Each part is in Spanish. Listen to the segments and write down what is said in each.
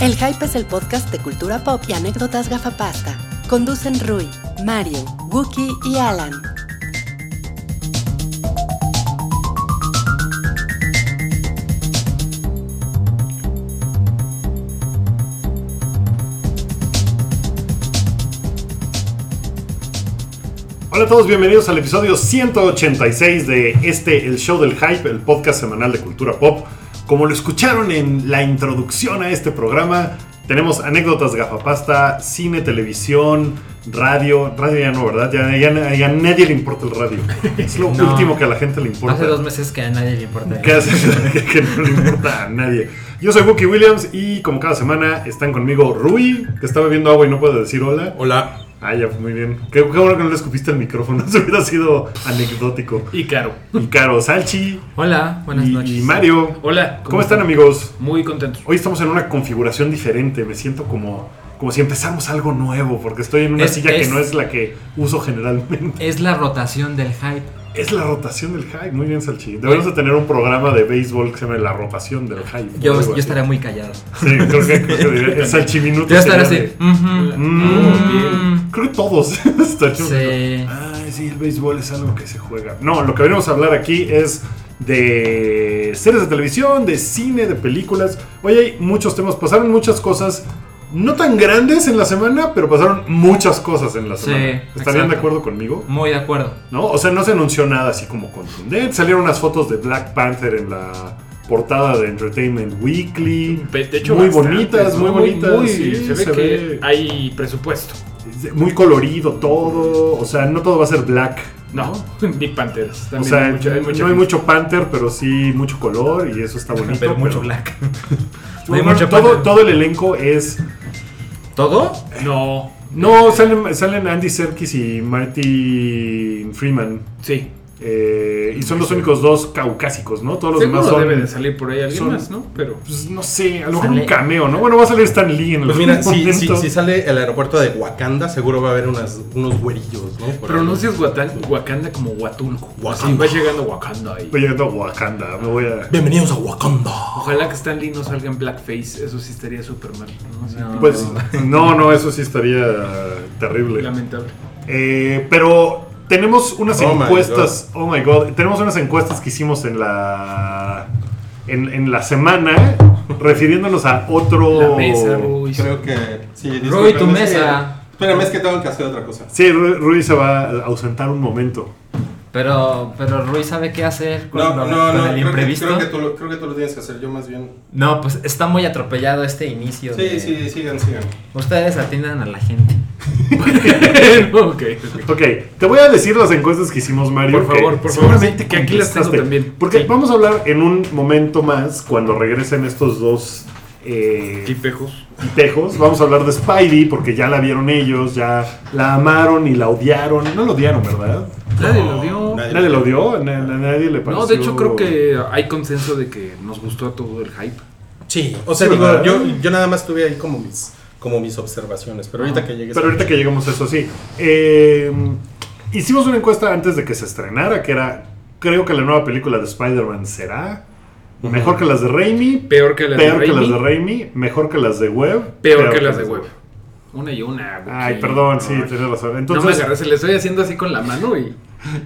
El Hype es el podcast de cultura pop y anécdotas gafapasta. Conducen Rui, Mario, Wookie y Alan. Hola a todos, bienvenidos al episodio 186 de este, el show del hype, el podcast semanal de cultura pop. Como lo escucharon en la introducción a este programa, tenemos anécdotas gafapasta, cine, televisión, radio. Radio ya no, ¿verdad? Ya, ya- ya a nadie le importa el radio. Es lo No. último que a la gente le importa. Hace dos meses que a nadie le importa. Que hace- que no le importa a nadie. Yo soy Bucky Williams y como cada semana están conmigo Rui, que está bebiendo agua y no puede decir hola. Hola. Ah, ya, muy bien. Qué, qué bueno que no le escupiste el micrófono, eso hubiera sido anecdótico. Y Caro. Y Caro Salchi Hola, buenas y, noches. y Mario. Hola. ¿Cómo, están, amigos? Muy contentos. Hoy estamos en una configuración diferente, me siento como, como si empezamos algo nuevo, porque estoy en una Es- silla es- que no es la que uso generalmente. Es la rotación del hype. Es la rotación del hype, muy bien Salchi. Deberíamos de tener un programa de béisbol que se llame La rotación del hype. o Yo, algo yo así. estaré muy callado. Sí, creo que, creo que debería- el Salchi Minuto Yo estaré sería así. de- ujú, Mm, mm, Creo que todos estarían- Sí. Ay, sí, el béisbol es algo que se juega. No, lo que venimos a hablar aquí es de series de televisión, de cine, de películas. Hoy hay muchos temas, pasaron muchas cosas. No tan grandes en la semana, pero pasaron muchas cosas en la Sí, semana. ¿Estarían exacto. de acuerdo conmigo? Muy de acuerdo. ¿No? O sea, no se anunció nada así como contundente. Salieron unas fotos de Black Panther en la portada de Entertainment Weekly. Pe- De hecho, muy bastantes, bonitas, ¿no? muy bonitas. muy- sí, se ve que hay presupuesto. muy colorido todo, o sea, no todo va a ser black. No, Nick Panthers. O También sea, hay mucha- hay mucha no hay gente. mucho Panther, pero sí mucho color y eso está bonito. Pero mucho black. No, Hay no, mucho todo, Panther. todo el elenco es... ¿Todo? No, No, salen, salen Andy Serkis y Martin Freeman. sí. eh, y son los únicos dos caucásicos, ¿no? Todos los Seguro demás son... debe de salir por ahí alguien son- más, ¿no? Pero. pues, no sé, a lo mejor Sale- un cameo, ¿no? Bueno, va a salir Stan Lee en Pues algún mira, si, si, momento. si sale el aeropuerto de Wakanda, seguro va a haber unas, unos güerillos, ¿no? Por ahí. Pronuncias Watan- Wakanda como Huatulco. Wakanda. Así va llegando Wakanda ahí. Voy llegando a Wakanda, me voy a... Bienvenidos a Wakanda. Ojalá que Stan Lee no salga en blackface. Eso sí estaría súper mal. ¿no? Así, No. Pues, no, no, eso sí estaría terrible. Lamentable. Eh, pero tenemos unas Oh my encuestas. oh my god. Tenemos unas encuestas que hicimos en la. En, en la semana. refiriéndonos a otro. La mesa, Oh, Ruiz. Creo que. Sí, Roy, disculpen, tu es que- mesa. Espérame, es que tengo que hacer otra cosa. Sí, Ru- Ruiz se va a ausentar un momento. Pero, pero Rui sabe qué hacer con, No, lo- no, no. con creo el que- imprevisto. Creo, que, tú lo, creo que tú lo tienes que hacer, yo más bien. No, pues está muy atropellado este inicio. Sí, de- sí, sigan, sigan. Ustedes atiendan a la gente. ok, ok. Ok, te voy a decir las encuestas que hicimos, Mario. Por que favor, por seguramente favor, que aquí las tengo contestaste. también. Porque Sí. vamos a hablar en un momento más, cuando regresen estos dos. eh, Tipejos. Tejos, vamos a hablar de Spidey porque ya la vieron ellos, ya la amaron y la odiaron. No la odiaron, ¿verdad? Nadie No, lo dio. nadie. Nadie lo odió, na- na- nadie le pareció. No, de hecho creo que hay consenso de que nos gustó a todo el hype. Sí, o sea, Sí, digo, ¿verdad? yo, yo nada más tuve ahí como mis, como mis observaciones, pero ahorita que llegues. Pero ahorita que llegamos a eso, sí. Eh, hicimos una encuesta antes de que se estrenara, que era, creo que la nueva película de Spider-Man será mejor que las de Raimi, Peor que las peor de que las Raimi, de Raimi, mejor que las de Web. peor, que las de Web. Una y una. güey. Ay, perdón, sí, Ay. tienes razón. no me Entonces, agarré, se le estoy haciendo así con la mano y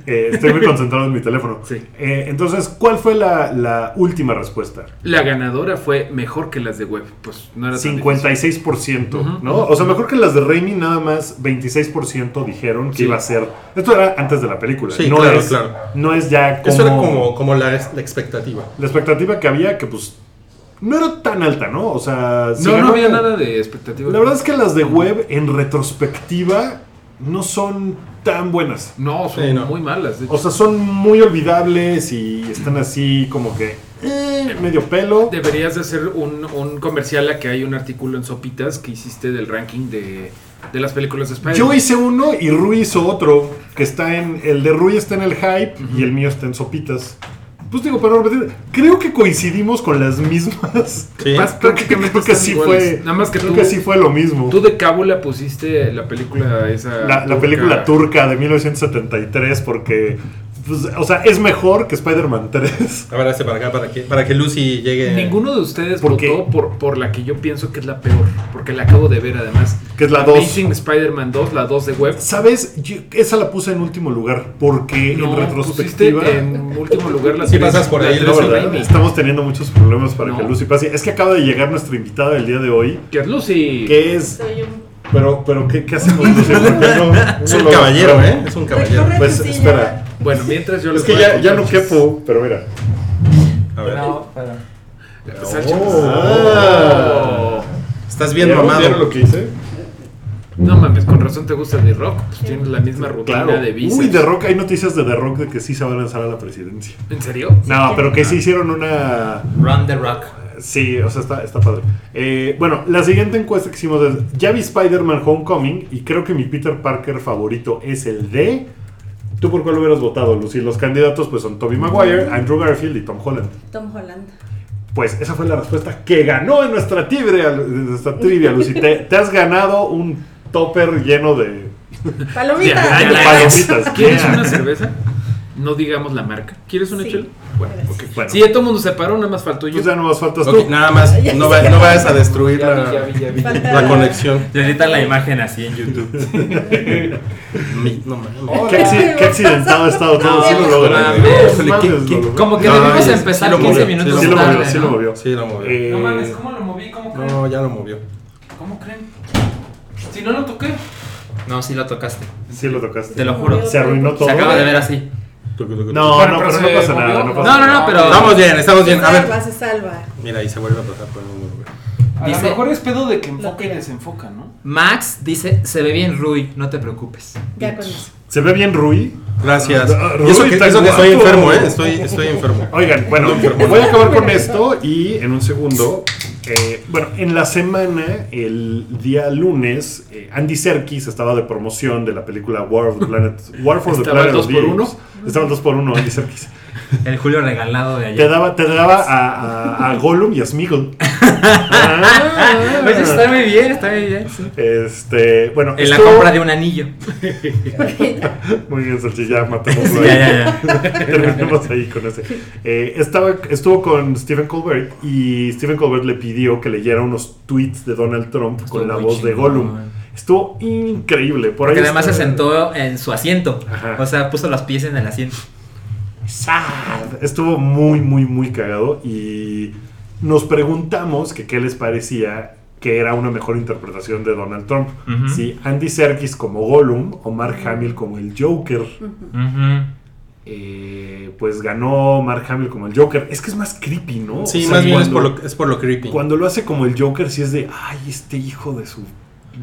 eh, estoy muy concentrado en mi teléfono. Sí. Eh, entonces, ¿cuál fue la, la última respuesta? la ganadora fue mejor que las de Web. Pues no era tan difícil. 56%, Ujú, ¿no? O sea, mejor que las de Raimi, nada más 26% dijeron que Sí. iba a ser. Esto era antes de la película. Sí, no claro, es, claro. No es ya como, Eso era como, como la, la expectativa. La expectativa que había, que pues. No era tan alta, ¿no? O sea. si No, no ganaba- había nada de expectativa. La verdad es que las de web, en retrospectiva, no son tan buenas. No, son Sí, no. muy malas. de hecho. O sea, son muy olvidables y están así como que. eh, medio pelo. Deberías de hacer un, un comercial a que hay un artículo en Sopitas que hiciste del ranking de, de las películas de Spider-Man. Yo hice uno y Rui hizo otro, que está en. El de Rui está en el hype y el mío está en sopitas. Pues digo, para no repetir, creo que coincidimos con las mismas. Sí. Más Creo que, prácticamente creo que están sí iguales. fue. Nada más que creo tú- que sí fue lo mismo. Tú de cábula pusiste la película esa. la, la turca. película turca de 1973, porque pues, o sea, es mejor que Spider-Man 3. A ver, hace para acá para que, para que Lucy llegue. Ninguno de ustedes ¿Por qué? votó por, por la que yo pienso que es la peor, porque la acabo de ver además. Que es la dos. Amazing Spider-Man 2, la 2 de web. ¿Sabes? Yo- esa la puse en último lugar porque No, en retrospectiva... pusiste en último lugar la Sí tres- pasas por la ahí, tres No, Lucy, de ¿verdad? Raimi, Estamos teniendo muchos problemas para No. que Lucy pase. Es que acaba de llegar nuestra invitada del día de hoy, Que es Lucy. que es... Soy un Pero, pero ¿qué, qué hacemos, Lucy? ¿Por qué no- Es no un lo- caballero, ¿eh? Es un caballero. Corre, Pues sí, espera. Bueno, mientras yo les Es que voy a ya, ya no contar chistes. quepo, pero mira. A ver. No, pero. Salchichas. Ah. Oh. Estás bien ¿Vieron- mamado. vieron lo que hice? No mames, con razón te gusta The Rock. Pues tienes la misma rutina Claro. de bíceps. Uy, The Rock, hay noticias de The Rock de que sí se va a lanzar a la presidencia. ¿En serio? No, pero que sí hicieron una... Run the Rock. Sí, o sea, está, está padre. Eh, bueno, la siguiente encuesta que hicimos es, ya vi Spider-Man Homecoming y creo que mi Peter Parker favorito es el de... ¿Tú por cuál hubieras votado, Lucy? Los candidatos pues son Tobey Maguire, Andrew Garfield y Tom Holland. Tom Holland. Pues esa fue la respuesta que ganó en nuestra trivia, en nuestra trivia Lucy. Te, te has ganado un topper lleno de... Palomita. Ya, ya, de ya. palomitas. ¿Quieres Yeah. una cerveza? No digamos la marca. ¿Quieres una Sí. chela? Bueno, Gracias. ok. Bueno. Si ya todo el mundo se paró, nada más faltó yo. Pues ya no más faltas Ok, tú. nada más, Ya no, sé. va- no vayas a destruir Ya vi, ya la, vi, ya vi. Falta- la conexión. Y ahorita la imagen así en YouTube. Mi- No Oh, mames. Qué, acci- qué accidentado ha estado todo. Sí lo logré. mames. Mames, ¿Qué- qué- lo logré. Como que No, debimos sí, empezar sí lo 15 movió, minutos Sí lo tarde. movió, sí lo ¿no? movió. Sí, la movió. Eh, ¿cómo lo moví? ¿Cómo No, ya lo movió. ¿Cómo creen? Si no lo toqué. No, sí lo tocaste. Sí lo tocaste. Te lo juro. Se arruinó todo. Se acaba de ver así. No, Bueno, no, pero pero no se pasa movió. nada, no pasa No, no, no, pero. Estamos bien, estamos bien. A se ver. salva, se salva. Mira, ahí se vuelve a pasar por el mismo lugar. A Dice- lo mejor es pedo de que enfoca y tira. desenfoca, ¿no? Max dice: Se ve bien, Rui, no te preocupes. Ya con eso. ¿Se ve bien Rui? Gracias. Ah, Y eso Rui, que, tan eso que guapo. estoy enfermo, ¿eh? Estoy, estoy enfermo. Oigan, bueno, voy a acabar con esto y en un segundo. eh, bueno, en la semana, el día lunes, eh, Andy Serkis estaba de promoción de la película War of the Planet. War for the Estaba Planet el of the 2x1. Apes. Estaba el 2x1, Andy Serkis. El Julio regalado de Te ayer. daba, te daba a, a- a Gollum y a Smeagol. Ah, pues está muy bien, está muy bien. sí. Este, bueno, En la estuvo- compra de un anillo. Muy bien, Solchi, ya matamos. Sí, ahí. ya, ya, Terminamos ahí con ese. Eh, estaba, estuvo con Stephen Colbert y Stephen Colbert le pidió que leyera unos tweets de Donald Trump Estuvo con la muy voz de chingón. Gollum. Estuvo increíble. Por Porque ahí además se está- sentó en su asiento. Ajá. O sea, puso los pies en el asiento. Sad. Estuvo muy, muy, muy cagado y nos preguntamos que qué les parecía que era una mejor interpretación de Donald Trump. Ujú. Si Andy Serkis como Gollum o Mark Hamill como el Joker. Eh, pues ganó Mark Hamill como el Joker. Es que es más creepy, ¿no? Sí, O sea, más bien es por, cuando- lo, es por lo creepy. Cuando lo hace como el Joker, sí es de, ay, este hijo de su.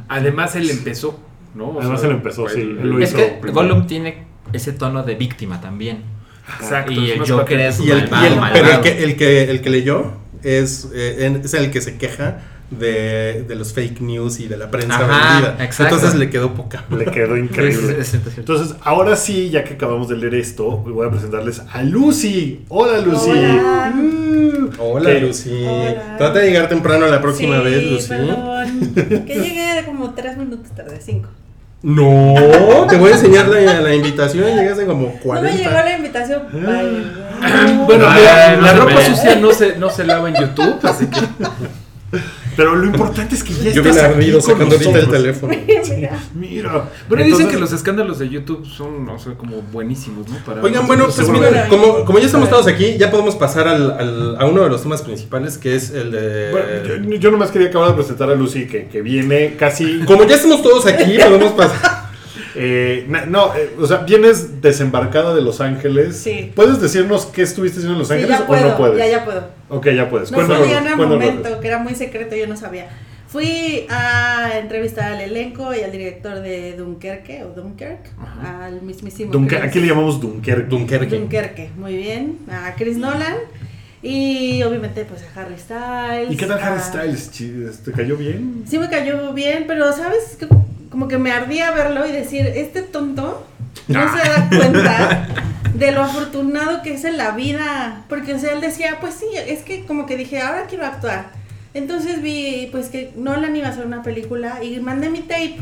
Además él empezó, ¿no? O Además, él empezó, sí, él lo Es hizo que primero. Gollum tiene ese tono de víctima también. Exacto. y es el más Joker patético. es Y el, malvado, y el- malvado. pero el que, el, que, el que leyó es, eh, en- es el que se queja de, de los fake news y de la prensa Ajá, vendida. exacto. Entonces le quedó poca. Le quedó increíble. Es- es- es- Entonces, ahora sí, ya que acabamos de leer esto, voy a presentarles a Lucy. Hola, Lucy. Hola. Mm. Hola, Que- Lucy. Hola. Trata de llegar temprano la próxima Sí, vez, Lucy. Perdón. Que llegué como tres minutos tarde, cinco. No, te voy a enseñar la, la invitación y llegaste como No me 40. llegó la invitación. Ah. Vaya, güey. Bueno, Ah, mira, no la se ropa ve. sucia no se, no se lava en YouTube, así que Pero lo importante es que ya Yo estás bien aquí ardido con sacando ahorita el nosotros. teléfono. Mira, Mira. Bueno, Entonces, dicen que los escándalos de YouTube son, o sea, como buenísimos, ¿no? Para Oigan, bueno, pues Seguro. mira, como, como ya estamos todos aquí, ya podemos pasar al- al- a uno de los temas principales que es el de. bueno, yo, yo nomás quería acabar de presentar a Lucy, que, que viene casi. Como ya estamos todos aquí, podemos pasar. eh, na- no, eh, o sea, vienes desembarcada de Los Ángeles. Sí. ¿Puedes decirnos qué estuviste haciendo en Los sí, Ángeles ya o puedo, no puedes? ya, ya puedo. Ok, ya puedes. No Cuéntanos, sabía en el cuéntanos. momento, que era muy secreto, yo no sabía. Fui a entrevistar al elenco y al director de Dunkerque, o Dunkirk, al mismísimo. Dunque- Chris- aquí le llamamos Dunkerque. Dunkerque. Dunkerque, muy bien. A Chris Nolan y obviamente pues a Harry Styles. ¿Y qué tal Harry a- Styles? Chi- ¿Te cayó bien? Sí me cayó bien, pero sabes, Que como que me ardía verlo y decir, este tonto no se da cuenta de lo afortunado que es en la vida. Porque, o sea, él decía, pues sí, es que como que dije, ahora quiero actuar. Entonces vi, pues que Nolan iba a hacer una película y mandé mi tape.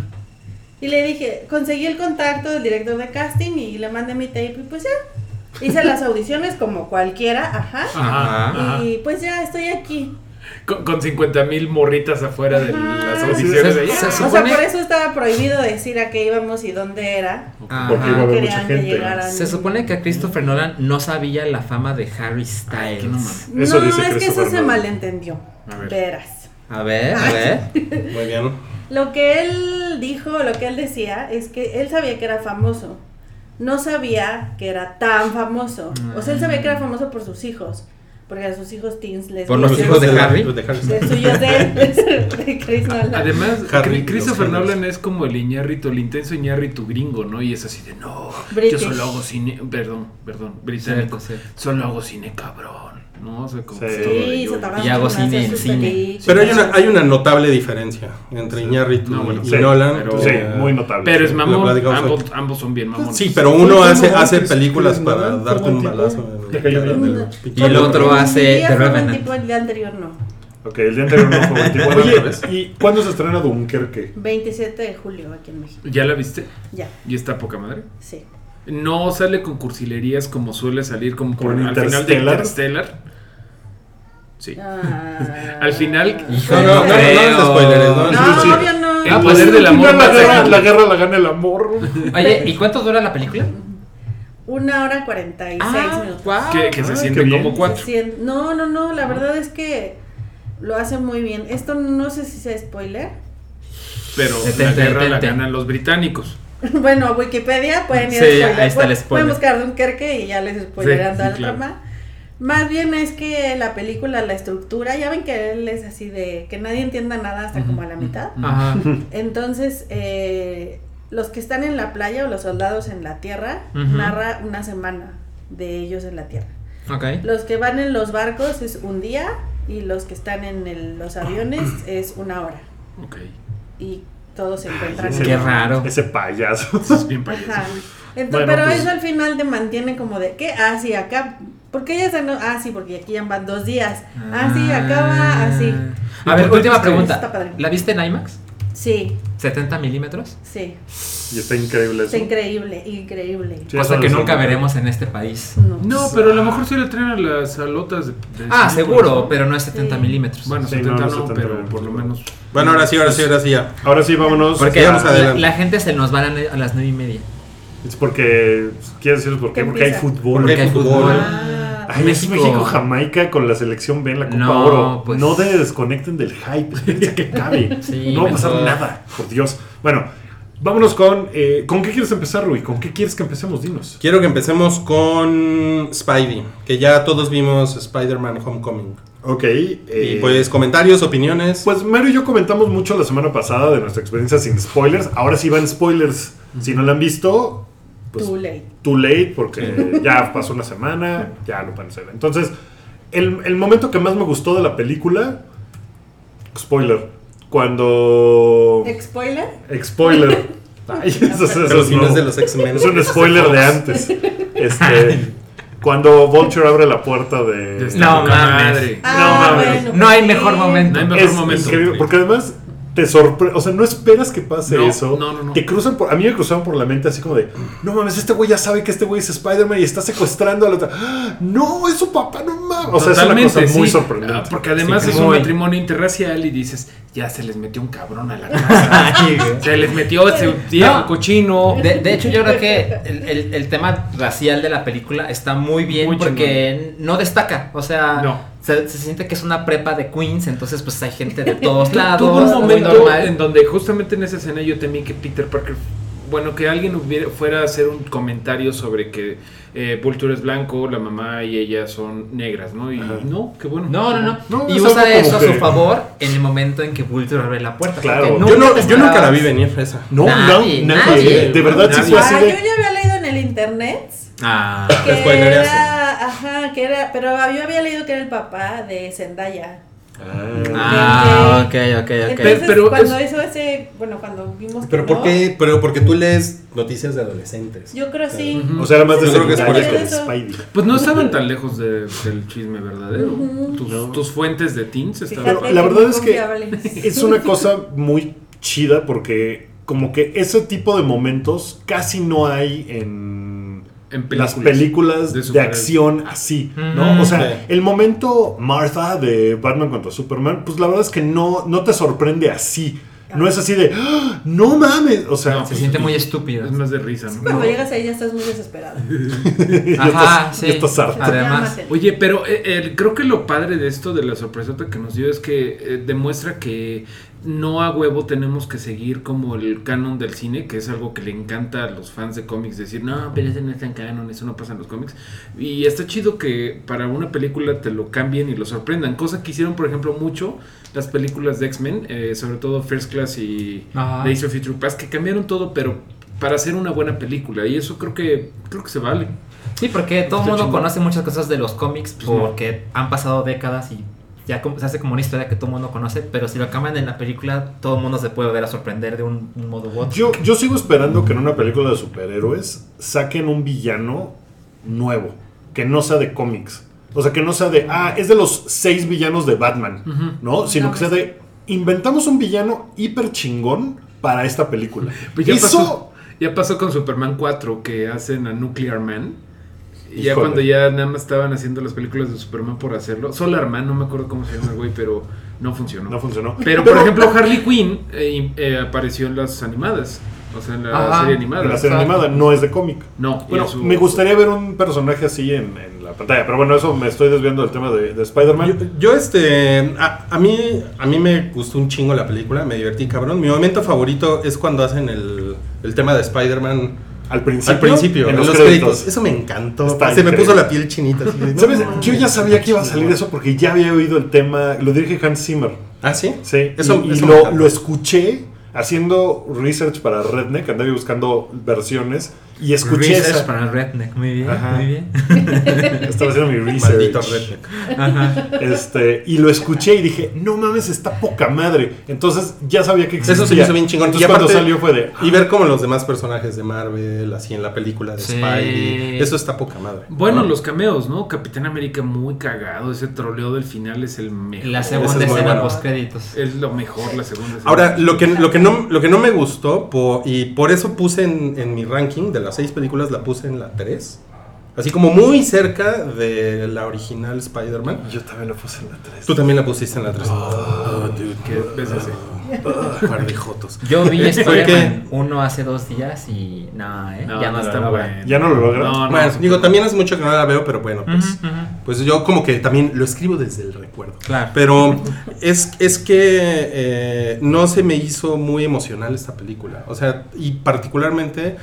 Y le dije, conseguí el contacto del director de casting y le mandé mi tape y pues ya, Hice las audiciones como cualquiera, ajá. Ajá, Ajá. ajá. Y pues ya estoy aquí. Con, con 50 mil morritas afuera de las Ajá. audiciones. Sí, sí, ahí. sí. Ah, O sea, supone- por eso estaba prohibido decir a qué íbamos y dónde era. Porque iba a haber mucha Querían que gente. llegaran. Se supone que a Christopher Nolan no sabía la fama de Harry Styles. qué no mames. Eso no, dice es que eso Christopher se Nolan. malentendió. A ver. Verás. A ver, a ver. Muy bien. Lo que él dijo, lo que él decía, es que él sabía que era famoso. No sabía que era tan famoso. O sea, él sabía que era famoso por sus hijos. Porque a sus hijos teens les Por los dicen- hijos de Harry. De Harry. El suyo es de él, de Chris Nolan. Además, Harry, Cri- Christopher los Harrys. Nolan es como el Iñárritu, el intenso Iñárritu gringo, ¿no? Y es así de, no, British. yo solo hago cine, perdón, perdón, británico, Sí, sí. solo hago cine cabrón, ¿no? O sea, como Sí. que todo de sí, yo- se tardaron Y hago mucho más cine en en sus cine. películas. Pero hay una, hay una notable diferencia entre Iñárritu No, bueno, y sí, Nolan. pero- Sí, Eh, muy notable. Pero es mamón, La platicamos ambos, aquí. ambos son bien mamones. Sí, pero uno ¿Cómo hace, antes hace que películas el para Nolan darte como un tipo? balazo. en Te cayó cara bien. del Ujú. pinche Y el loco. otro hace Y The ya fue un Revenant. tipo el anterior no. Ok, el día anterior no fue 21. Otra Oye, vez. ¿y cuándo se estrena Dunkerque? 27 de julio aquí en México. ¿Ya la viste? Ya, ¿Y está poca madre? sí. No sale con cursilerías como suele salir como ¿Con por, al final de Interstellar? Interstellar. Sí. Ah. Al final- Hijo, No, no, no, no, creo. no, spoilers, no. No, Sí, sí. obvio no. El poder del amor La más guerra, grande. la guerra la gana el amor. Oye, ¿y cuánto dura la película? Una hora 46 minutos. Ah, guau. Que, que se Ay, siente qué bien. como cuatro. Cien- No, no, no, la verdad es que lo hace muy bien. Esto no sé si sea spoiler. Pero la Detente, guerra la detente. ganan los británicos. Bueno, a Wikipedia pueden ir Sí, a spoiler. ahí está el Pu- spoiler. Pueden buscar Dunkerque y ya les spoilerán Sí, toda sí, la claro. trama. Más bien es que la película, la estructura, ya ven que él es así de que nadie entienda nada hasta como a la mitad. Ajá. Entonces, eh, los que están en la playa o los soldados en la tierra, Ujú. narra una semana de ellos en la tierra. Ok. Los que van en los barcos es un día y los que están en el- los aviones es una hora. Ok. Y todos se encuentran. ese- en Qué raro. Ese payaso. Eso es bien payaso. Ajá. güey. Entonces, Bueno, pero pues- eso al final te mantiene como de, ¿qué? Ah, sí, acá. ¿Por qué ya se no? Ah, sí, porque aquí ya van dos días. Ah, sí, acá va, así. A ver, última Está pregunta. padre. ¿La viste en IMAX? Sí, ¿70 milímetros? sí. Y está increíble eso. Está increíble, increíble. Sí, Cosa eso que es nunca un- veremos en este país. No. Pues, No, pero a ah. lo mejor sí le traen a las salotas de, de Ah, cine, seguro, por eso. pero no es 70 Sí. milímetros. pues, Bueno, Sí, 70 no, Eh, no, 70 pero por lo menos. Bueno, ahora sí, ahora sí, ahora sí ya. Ahora sí, vámonos. Ah, porque sigamos la, adelante. la gente se nos va a la- a las 9 y media. Es porque. ¿Quieres decir por qué? Que Porque hay empieza. fútbol. Porque hay fútbol. Ah. Ay, México. México. México Jamaica con la selección B en la Copa No, Oro. pues. No te desconecten del hype, espérense a que acabe. Sí, no va a pasar mejor. nada, por Dios. Bueno, vámonos con eh, ¿con qué quieres empezar, Rui? ¿Con qué quieres que empecemos? Dinos. Quiero que empecemos con Spidey, que ya todos vimos Spider-Man Homecoming. Ok. Eh, Y pues comentarios, opiniones. Pues Mario y yo comentamos mucho la semana pasada de nuestra experiencia sin spoilers. Ahora sí van spoilers. Si no la han visto, pues Too late. too late porque ya pasó una semana, ya lo pueden hacer. Entonces, el, el momento que más me gustó de la película, spoiler, cuando... ¿Spoiler? Spoiler. Ay, eso, es- eso pero es si no nuevo. es de los X-Men. Es un spoiler de antes. Este, cuando Vulture abre la puerta de... Está No poca mames. madre. Ah, mames. bueno, No hay sí. mejor momento. No hay mejor Es momento. increíble, porque además te sorprende, o sea, no esperas que pase No, eso. no, no, no. Te cruzan por, a mí me cruzaron por la mente así como de, no mames, este güey ya sabe que este güey es Spider-Man y está secuestrando a la otra. ¡Ah! No, es su papá, no mames. O sea, es una cosa muy sí. Ah, sorprendente. Porque además Sí, es un muy. matrimonio interracial y dices, ya se les metió un cabrón a la casa. Ay, güey. se les metió ese viejo cochino. De, de hecho, yo creo que el, el- el tema racial de la película está muy bien Muy porque no destaca. O sea, No. se, se siente que es una prepa de Queens, entonces pues hay gente de todos lados. Tuvo un muy momento normal. en donde justamente en esa escena yo temí que Peter Parker, bueno, que alguien hubiera, fuera a hacer un comentario sobre que eh, Vulture es blanco, la mamá y ella son negras, ¿no? Y Ajá. no, qué bueno. No, no, no. No, y es usa algo como eso a su que- favor en el momento en que Vulture abre la puerta. Claro. porque Yo, no, te yo nunca la vi esperabas. venir esa. No, Nadie, no, nadie. nadie. De verdad sí Nadie. fue Ah, así yo de. ya había leído en el internet Ah. que Te spoilereaste. era, ajá, que era, pero yo había leído que era el papá de Zendaya. Ah, ok, ok, ok. Entonces, Pero- pero cuando hizo ese, bueno, cuando vimos que Pero no, ¿por qué? Pero porque tú lees noticias de adolescentes. Yo creo sí. O sea, era más de Yo creo que es por secundaria que de eso. Spidey. Pues no estaban tan lejos de- del chisme verdadero. tus, tus fuentes de teens estaban... Fíjate la verdad muy es que- confiables. Es una cosa muy chida porque como que ese tipo de momentos casi no hay en en las películas de, superhéroes. acción así, ¿no? Mm, o sea, sí. el momento Martha de Batman contra Superman, pues la verdad es que no, no te sorprende así. No es así de, "¡Ah! no mames, o sea, No, pues, Se siente muy estúpido. Es más de risa, ¿no? Cuando llegas ahí ya estás muy desesperado. ya Ajá, estás- sí. ya estás harto. Ah. Además. Ya, Oye, pero eh, el- creo que lo padre de esto, de la sorpresota que nos dio, es que eh, demuestra que no a huevo tenemos que seguir como el canon del cine, que es algo que le encanta a los fans de cómics, decir, no, pero ese no es tan canon, eso no pasa en los cómics. Y está chido que para una película te lo cambien y lo sorprendan, cosa que hicieron, por ejemplo, mucho las películas de X-Men, eh, sobre todo First Class y Ajá. Days of Future Past, que cambiaron todo, pero para hacer una buena película, y eso creo que, creo que se vale. Sí, porque todo el Está mundo chingón. conoce muchas cosas de los cómics Pues no. porque han pasado décadas y ya como- se hace como una historia que todo el mundo conoce, pero si lo cambian en la película, todo el mundo se puede volver a sorprender de un, un modo u otro. Yo, yo sigo esperando que en una película de superhéroes saquen un villano nuevo, que no sea de cómics. O sea, que no sea de, ah, es de los seis villanos de Batman, ¿no? Sino No, que sea pues- de, inventamos un villano hiper chingón para esta película. Pues ya, Eso- pasó, ya pasó con Superman 4 que hacen a Nuclear Man. Y ya Híjole. cuando ya nada más estaban haciendo las películas de Superman por hacerlo. Solar Man, no me acuerdo cómo se llama el güey, pero no funcionó. No funcionó. pero, por ejemplo, Harley Quinn eh, eh, apareció en las animadas. O sea, en la Ajá. serie en animada. la serie animada no es de cómic. No, y Bueno, a su- me gustaría ver un personaje así en, en la pantalla, pero bueno, eso me estoy desviando del tema de, de Yo, Spider-Man. yo, este, a, a mí, a mí me gustó un chingo la película, me divertí cabrón. Mi momento favorito es cuando hacen el, el tema de Spider-Man Al principio. al principio, en los, créditos. Eso me encantó. Está Se me increíble. puso la piel chinita. así de, no ¿Sabes? mames, Yo ya sabía que iba a qué salir chingón. eso porque ya había oído el tema. Lo dirige Hans Zimmer. Ah, sí. Sí. Eso, y y eso me lo, encanta. lo escuché haciendo research para Redneck. Andaba buscando versiones y escuché Research esa. para Redneck, muy bien, Ajá. muy bien. Estaba haciendo mi research. Maldito redneck. Ajá. Este, y lo escuché y dije, no mames, está poca madre. Entonces ya sabía que existía. Eso se me hizo bien chingón. Entonces, Y aparte- cuando salió fue de. Y ver como los demás personajes de Marvel, así en la película de Sí. Spidey. Eso está poca madre. Ah. Bueno, los cameos, ¿no? Capitán América muy cagado. Ese troleo del final es el mejor. La Eso segunda es muy escena bueno. post créditos. Es lo mejor, la segunda escena. Ahora, lo que, lo, que no, lo que no me gustó, po- y por eso puse en, en mi ranking de las seis películas, la puse en la 3. Así como muy cerca de la original Spider-Man. Yo también lo puse en la 3. Tú también la pusiste en la 3. Ah, Que Ah, ves ese. Yo vi ¿Por Spider-Man 1 hace dos días y no, eh, No, ya no, no, está no, bueno. güey. ¿Ya no lo logras? No, no, bueno, no. digo, también hace mucho que no la veo, pero bueno, pues, Ujú, ujú. pues yo como que también lo escribo desde el recuerdo. Claro. Pero es, es que eh, no se me hizo muy emocional esta película. O sea, y particularmente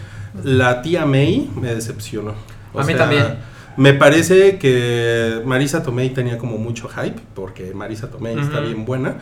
la tía May me decepcionó. O A mí también. Me parece que Marisa Tomei tenía como mucho hype, porque Marisa Tomei está Ujú. bien buena,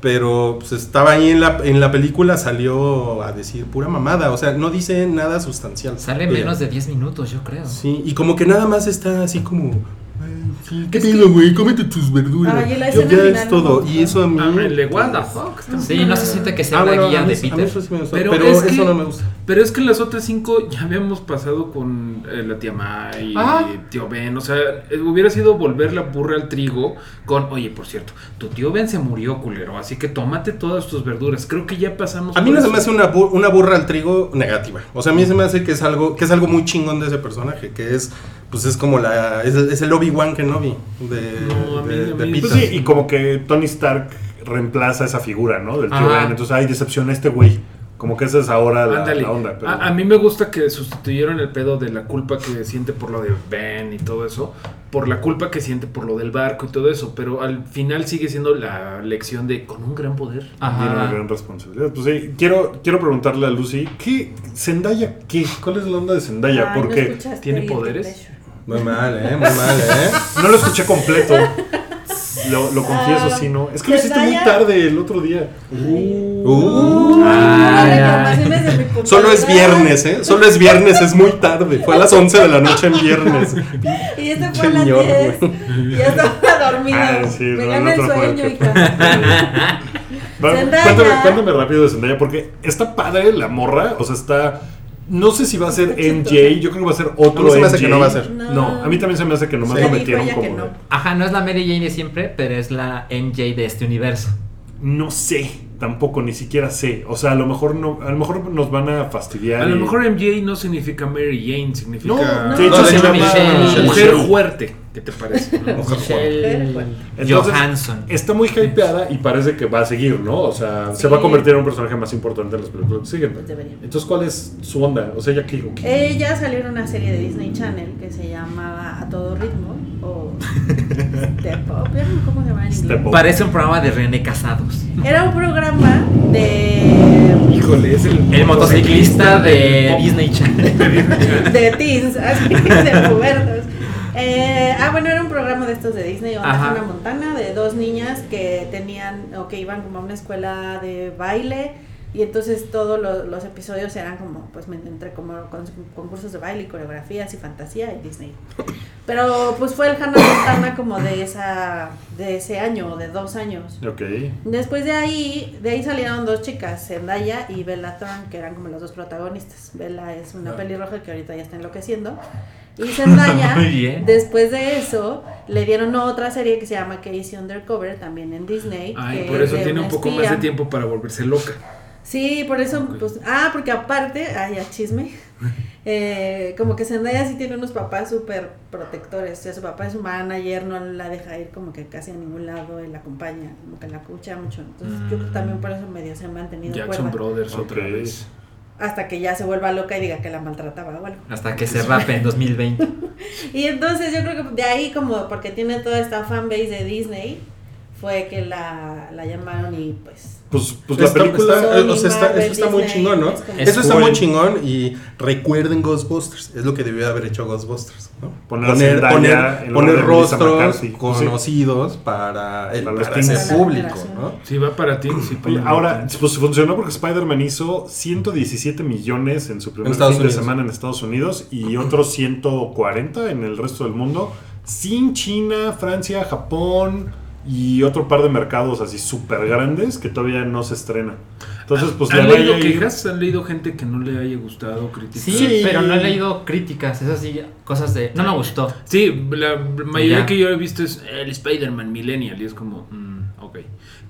pero pues, estaba ahí en la, en la película, salió a decir pura mamada, o sea, no dice nada sustancial. Sale Ella. menos de 10 minutos, yo creo. Sí, y como que nada más está así como. "Ay, sí, ¿Qué Es pido, güey? Cómete tus verduras. Ah, y la Yo, escena ya final es todo. no. Y eso a mí. Ábrele, what the fuck. Sí, no se siente que sea Ah, la bueno, guía a mí- de a mí Peter. eso sí me gustó, Pero Pero, es eso que- no me gusta. Pero es que en las otras cinco ya habíamos pasado con eh, la tía May y Ah. tío Ben. O sea, eh, hubiera sido volver la burra al trigo con, oye, por cierto, tu tío Ben se murió, culero, así que tómate todas tus verduras. Creo que ya pasamos. A mí por no se eso. me hace una, bur- una burra al trigo negativa. O sea, a mí se me hace que es algo, que es algo muy chingón de ese personaje, que es, pues es como la, es, es el Obi-Wan Kenobi de, No, a mí- de- a de mí- Peter. Pues sí, y como que Tony Stark reemplaza esa figura, ¿no? Del tío Ajá. Ben. Entonces, ay, decepciona a este güey. Como que esa es ahora la, Ándale. la onda. pero- a, a mí me gusta que sustituyeron el pedo de la culpa que siente por lo de Ben y todo eso, por la culpa que siente por lo del barco y todo eso, pero al final sigue siendo la lección de con un gran poder. Tiene una Ajá. gran responsabilidad. Pues sí, quiero, quiero preguntarle a Lucy, ¿qué? ¿Zendaya qué? ¿Cuál es la onda de Zendaya? Ay, no Porque escuchaste tiene Guilty poderes. Pleasure. Muy mal, eh, muy mal, eh. no, lo escuché completo. Lo, lo confieso, Ah, sí, ¿no? Es que lo hiciste muy Zendaya- tarde el otro día. Uh. Ah, No, Ay, reclamaciones de mi puta Solo es madre. viernes, ¿eh? Solo es viernes, es muy tarde. Fue a las 11 de la noche en viernes. Y este fue a las Señor, 10. Ya estaba dormida. Ah, sí, me no, gana no el te lo puedo sueño, creer. hija. Va, Zendaya. Cuéntame, cuéntame rápido de Zendaya, porque está padre la morra, o sea, está... No sé si va a ser MJ, yo creo que va a ser otro A mí se me hace MJ. que no va a ser. No, a mí también se me hace que nomás lo Sí. Ya dijo metieron ella que como... de- no. Ajá, no es la Mary Jane de siempre, pero es la MJ de este universo. No sé. tampoco ni siquiera sé. O sea, a lo mejor no, a lo mejor nos van a fastidiar. A lo y- mejor MJ no significa Mary Jane, significa no, no. de hecho No, de se hecho, llama Michelle. mujer fuerte. ¿Qué te parece? Michelle Entonces, Johansson. Está muy hypeada y parece que va a seguir, ¿no? O sea, se Sí. va a convertir en un personaje más importante en las películas que siguen. Debería. Entonces, ¿cuál es su onda? O sea, ya que Ella Eh, salió en una serie de Disney Channel que se llamaba A Todo Ritmo o Step Up, ¿cómo se llama en Step inglés? Up. Parece un programa de René Casados. Era un programa de, Híjole, es el, El motociclista de Disney Channel. de teens, así de pubertos. Eh, ah, bueno, era un programa de estos de Disney, o Ajá. una montana, de dos niñas que tenían o que iban como a una escuela de baile. Y entonces todos lo- los episodios eran como, pues, me- entre como con- concursos de baile y coreografías y fantasía en Disney. Pero pues fue el Hannah Montana como de esa de ese año o de dos años. Ok. Después de ahí, de ahí salieron dos chicas, Zendaya y Bella Thorne, que eran como los dos protagonistas. Bella es Ah. una pelirroja que ahorita ya está enloqueciendo. Y Zendaya, Muy bien. después de eso, le dieron otra serie que se llama Casey Undercover, también en Disney. Ay, que por eso es de tiene un una poco más espía. de tiempo para volverse loca. Sí, por eso, pues, ah, porque aparte, ay, ya chisme, eh, como que Zendaya sí tiene unos papás súper protectores, o sea, su papá es su manager, no la deja ir como que casi a ningún lado, él la acompaña, como que la escucha mucho, entonces yo creo que también por eso medio se han mantenido Jackson cuerda, Brothers Ok. otra vez. hasta que ya se vuelva loca y diga que la maltrataba o algo. Hasta que se rape en 2020. Y entonces yo creo que de ahí como, porque tiene toda esta fanbase de Disney, fue que la, la llamaron y pues... Pues, pues Está- la película. está- Sony, eh, o sea, está- Marvel, eso está muy Disney, chingón, ¿no? es como- Eso está cool. muy chingón y recuerden Ghostbusters. Es lo que debió de haber hecho Ghostbusters, ¿no? Poner a Zendaya en lugar poner de Melissa rostros McCarthy. conocidos para el Para los para teens. ese público, ¿no? Si va para ti, sí. Oye, para Ahora, mí. pues funcionó porque Spider-Man hizo 117 millones en su primer Estados fin de Unidos. semana en Estados Unidos y otros 140 en el resto del mundo, sin China, Francia, Japón y otro par de mercados así súper grandes que todavía no se estrena. Entonces, pues Ah, ¿Han le leído vaya a ir- quejas? ¿Han leído gente que no le haya gustado, criticar? Sí, pero no he leído críticas, esas sí, cosas de... No me gustó. Sí, la mayoría Ya. que yo he visto es el Spider-Man Millennial y es como, mm, ok.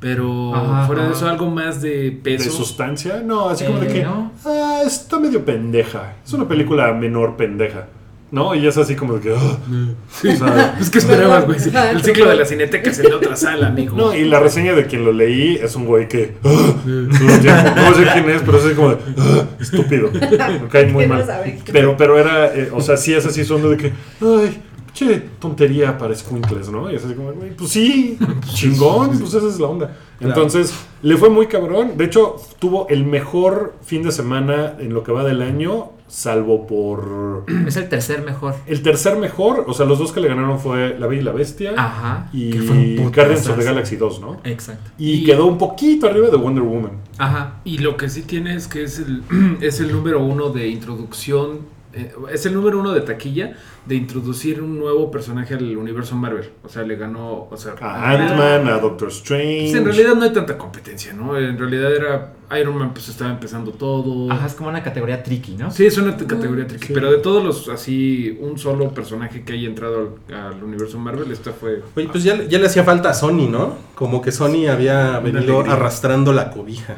Pero Ajá, fuera de ajá. eso, algo más de de peso. sustancia. No, así como de Eh, que no. "Ah, está medio pendeja. Es una película menor pendeja. ¿No? Y es así como de que. "Ugh". O sea, Es que esperabas, güey. Perdón. El ciclo de la cineteca es en la otra sala, amigo. No, y la reseña de quien lo leí es un güey que. "Ah", todo el tiempo. No sé quién es, pero es así como. de, "Ah", estúpido. Me cae muy Quiero mal. saber qué- Pero, pero era. eh, o sea, sí es así, son de que. Ay, che, tontería para squinkles, ¿no? Y es así como, güey, pues sí, chingón, pues esa es la onda. Entonces, le fue muy cabrón. De hecho, tuvo el mejor fin de semana en lo que va del año, salvo por. Es el tercer mejor. El tercer mejor, o sea, los dos que le ganaron fue La Bella y la Bestia. Ajá. Ah, que fue Y un putazo. Guardians of the Galaxy 2, ¿no? Exacto. Y, Y- quedó un poquito arriba de Wonder Woman. Ajá. Y lo que sí tiene es que es el, es el número uno de introducción, eh, es el número uno de taquilla de introducir un nuevo personaje al universo Marvel. O sea, le ganó, o sea, A Ant-Man, a Doctor Strange. Ah. pues, en realidad no hay tanta competencia, ¿no? En realidad era Iron Man, pues estaba empezando todo. Ajá, es como una categoría tricky, ¿no? Sí, es una t- categoría tricky, sí. pero de todos los, así, un solo personaje que haya entrado al, al universo Marvel, esta fue... Oye, pues ya, ya le hacía falta a Sony, ¿no? Como que Sony había venido alegría. arrastrando la cobija.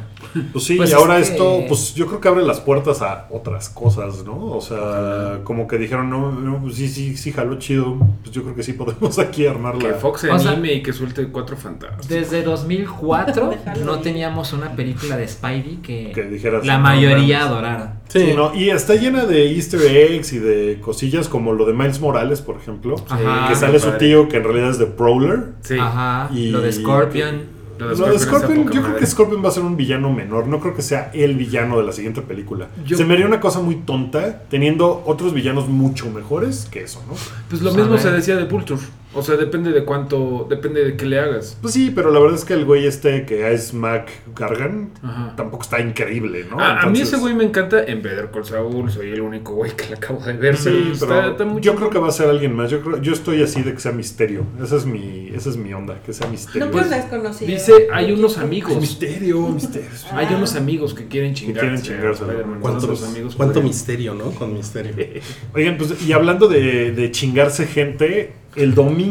Pues sí, Pues y es ahora que- esto, pues yo creo que abre las puertas a otras cosas, ¿no? O sea, como que dijeron, no, no, pues sí, sí, sí, jaló chido. Pues yo creo que sí podemos aquí Que armarla. Fox se O sea- anime y que suelte cuatro fantasmas. Desde 2004 Déjalo no ir. teníamos una película de Spidey que, Que dijeras, la "No mayoría mames". adorara. Sí, ¿no? Y está llena de easter eggs y de cosillas como lo de Miles Morales, por ejemplo. Ah, Ajá. que sale su padre. tío, que en realidad es de Prowler. Sí. Ajá. Y- Lo de Scorpion. Lo Lo de está Scorpion, poca yo creo madre. que Scorpion va a ser un villano menor. No creo que sea el villano de la siguiente película. Yo- Se me haría una cosa muy tonta teniendo otros villanos mucho mejores que eso, ¿no? Pues lo A mismo ver. se decía de Vulture. O sea, depende de cuánto, depende de qué le hagas. Pues sí, pero la verdad es que el güey este que es Mac Gargan Ajá. tampoco está increíble, ¿no? Ah, a mí Entonces, ese güey me encanta en Better Call Saul. Soy el único güey que le acabo de ver. Sí, Está- pero está muy yo chido. creo que va a ser alguien más. Yo creo, yo estoy así de que sea misterio. Esa es mi, esa es mi onda, que sea misterio. No pues desconocido. Eh, Dice, hay unos amigos. misterio, misterio. Hay unos amigos que quieren chingarse. quieren chingarse, ¿no? ¿Cuántos ¿Cuántos, amigos? cuánto podrían? misterio, ¿no? Con misterio. Oigan, pues y hablando de, de chingarse gente, el domingo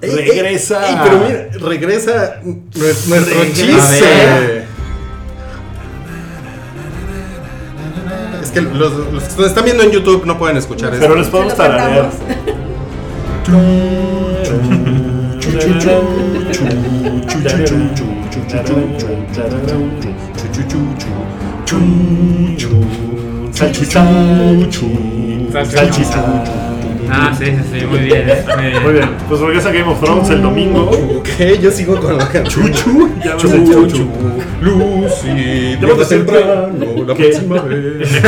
Ey, Eh, regresa. ey, ey, pero mira, regresa nue- nuestro Regresa. chiste. Es que los, los que nos están viendo en YouTube no pueden escuchar Pero esto. les podemos Se lo tararear. cantamos. Ah, sí, sí, sí, muy bien. eh, Muy bien, pues regresa Game of Thrones el domingo. Ok, yo sigo con la canción. Chuchu, ya vas a chuchu, chuchu. chuchu, Lucy, Debo llega decirte temprano, la que- próxima vez.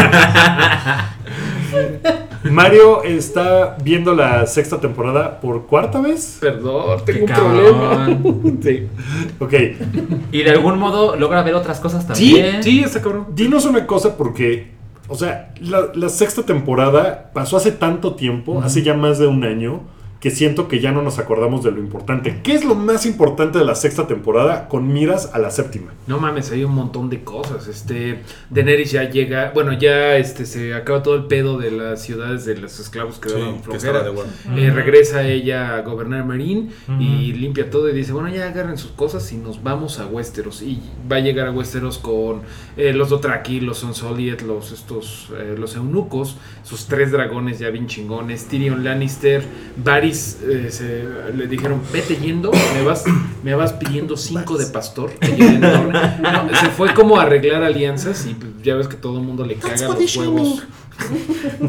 Mario está viendo la sexta temporada por cuarta vez. Perdón, Qué tengo un problema. cabrón. Sí. Ok, Y de algún modo logra ver otras cosas Sí, también. sí, está cabrón. dinos una cosa porque, o sea, la, la sexta temporada pasó hace tanto tiempo, hace ya más de un año, que siento que ya no nos acordamos de lo importante. ¿Qué es lo más importante de la sexta temporada con miras a la séptima? No mames, hay un montón de cosas. Este, Daenerys ya llega, bueno, ya este se acaba todo el pedo de las ciudades de los esclavos que Sí, daban que flojera. estaba de bueno. Eh, regresa ella a gobernar Marín y Ujú. limpia todo y dice, bueno, ya agarren sus cosas y nos vamos a Westeros. Y va a llegar a Westeros con eh, los Dothraki, los Sonsoliet, los estos, eh, los eunucos, sus tres dragones ya bien chingones, Tyrion Lannister, Varys eh, se- le dijeron, vete yendo, me vas, me vas pidiendo cinco de pastor. No, se fue como a arreglar alianzas y pues, ya ves que todo el mundo le caga los huevos.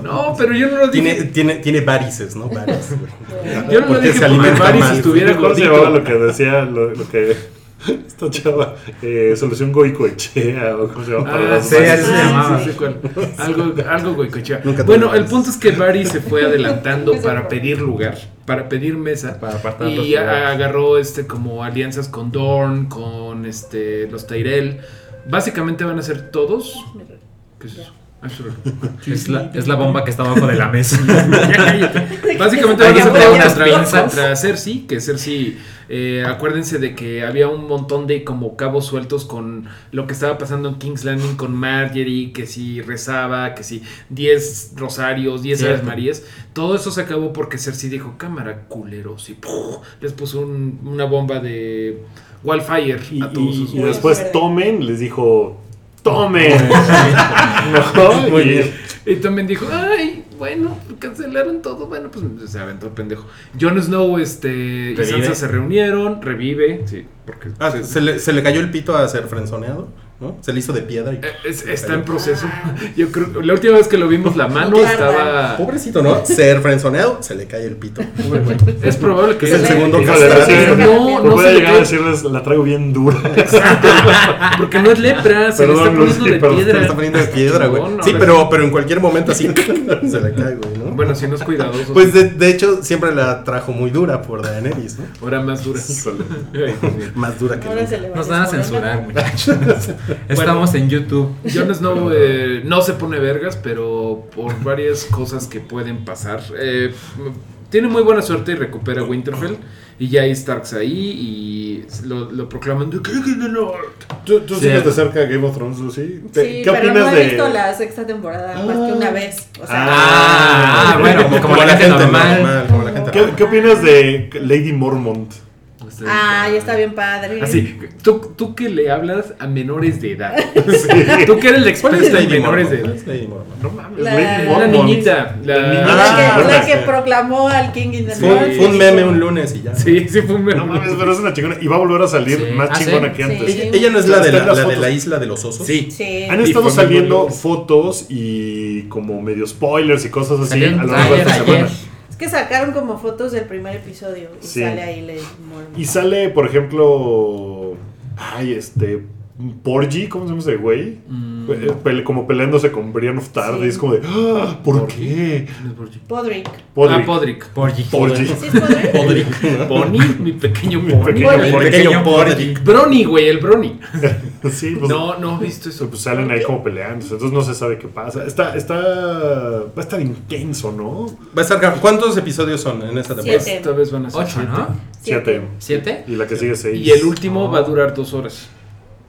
No, pero yo no lo dije. Tiene, tiene, tiene varices, ¿no? Varices, güey. Yo no lo Porque dije se por alimenta Varys mal. si estuviera ¿Cómo se gordito. llamaba lo que decía, lo, lo que esta chava, eh, solución goicoechea o cómo se llama? para Ah, las sí, masas? así se llamaba. sí, sí. cuál. Algo, algo goicochea. Nunca Bueno, tuve el punto es que Barry se fue adelantando Ese para fue. pedir lugar, para pedir mesa. Para apartar los Y lugares. a- agarró este como alianzas con Dorn, con este los Tyrell. Básicamente van a ser todos. ¿Qué es eso? Ah, sorry. Es la, es la bomba que está abajo de la mesa. Ya cállate. Básicamente van Alguien a ser trae todos unas contra, pinzas. contra Cersei, que Cersei, eh, acuérdense de que había un montón de como cabos sueltos con lo que estaba pasando en King's Landing con Marjorie, que si rezaba, que si 10 rosarios, 10 aves Cierto. marías, todo eso se acabó porque Cersei dijo, cámara culeros, y ¡puf! les puso un- una bomba de wildfire Y, a todos sus y- y güeyes. después tomen, les dijo, tomen. ¿No? Muy Y- bien. Y también dijo, ay, bueno, cancelaron todo. Bueno, pues se aventó el pendejo. Jon Snow este, y Revive. Sansa se reunieron, revive. Eh, Sí, porque Ah, se- se, le, se le cayó el pito a ser frenzoneado, ¿no? Se le hizo de piedra y... eh, es- está en proceso. Yo creo la última vez que lo vimos, la mano Claro. estaba. Pobrecito, ¿no? Ser frenzoneado, se le cae el pito. Es probable que Es el se- segundo que Híjole, caso. se- ahora sí, que No, no no puede se le llegar a cae. decirles, la traigo bien dura. Porque no es lepra, se le Perdón, está poniendo Lucy, de pero Se le piedra. está poniendo de piedra, güey. Chingón, Sí, ahora pero, pero en cualquier momento así se le cae, güey, ¿no? Bueno, si no es cuidadoso, Pues de, de hecho siempre la trajo muy dura por Daenerys, ¿no? ahora más dura. Ay, Dios mío. Más dura que Ahora nunca. se le va Nos van a desmoronar. censurar, muchachos. Estamos en YouTube. Jon Snow eh, no se pone vergas, pero por varias cosas que pueden pasar. eh, tiene muy buena suerte y recupera Winterfell. Y ya hay Starks ahí y lo, lo proclaman The King in the North. ¿Tú, tú Sí. sigues de cerca Game of Thrones, Lucy? Te- Sí, pero no he visto la sexta temporada más que una vez. O sea, Ah, bueno, como, como la gente normal. como la gente ¿Qué, normal. qué opinas de Lady Mormont? ah, ya está bien padre. Así, tú, tú que le hablas a menores de edad. Tú que eres la ¿Cuál es experta en Lady menores de Mormont? edad. ¿Cuál es Lady Mormont? No mames. La- La, Lady Mormont. niñita. La, niña Ah. la, que, chingona. la que proclamó al King in the Sí. Fue, North. fue un meme un lunes y ya. Sí, sí, fue un No mames, pero es una chingona. Y va a volver a salir Sí. más Ah, sí. chingona que antes. Sí. Ella, ella no es la de la, Están las la de la fotos. isla de los osos. Sí. Sí. Han Y estado fue muy saliendo bueno. fotos y como medio spoilers y cosas así Salió a en lo largo de trailer esta ayer. semana. Es que sacaron como fotos del primer episodio y Sí. sale ahí Lady Mormon. Y sale, por ejemplo. Ay, este. Porgy, ¿cómo se llama ese güey? Mm. Pe- pele- como peleándose con Brian of Tarde. Sí. Es como de. "Ah, ¿Por, qué? Podrick. Podrick. Ah, Podrick. Porgy. Porgy. ¿Sí es Podrick? Pony, mi pequeño Mi pony. pequeño El Podrick. pequeño Podrick. Brony, güey, el Brony. Sí, pues, No, no he visto eso. pues salen ahí como peleándose. Entonces no se sabe qué pasa. Está. está va a estar intenso, ¿no? Va a estar ca- ¿Cuántos episodios son en esta temporada? Siete. Esta vez van a ser Ocho, siete. ¿no? Siete. ¿Siete? Y la que sigue seis. Ah. Y el último Oh. va a durar dos horas.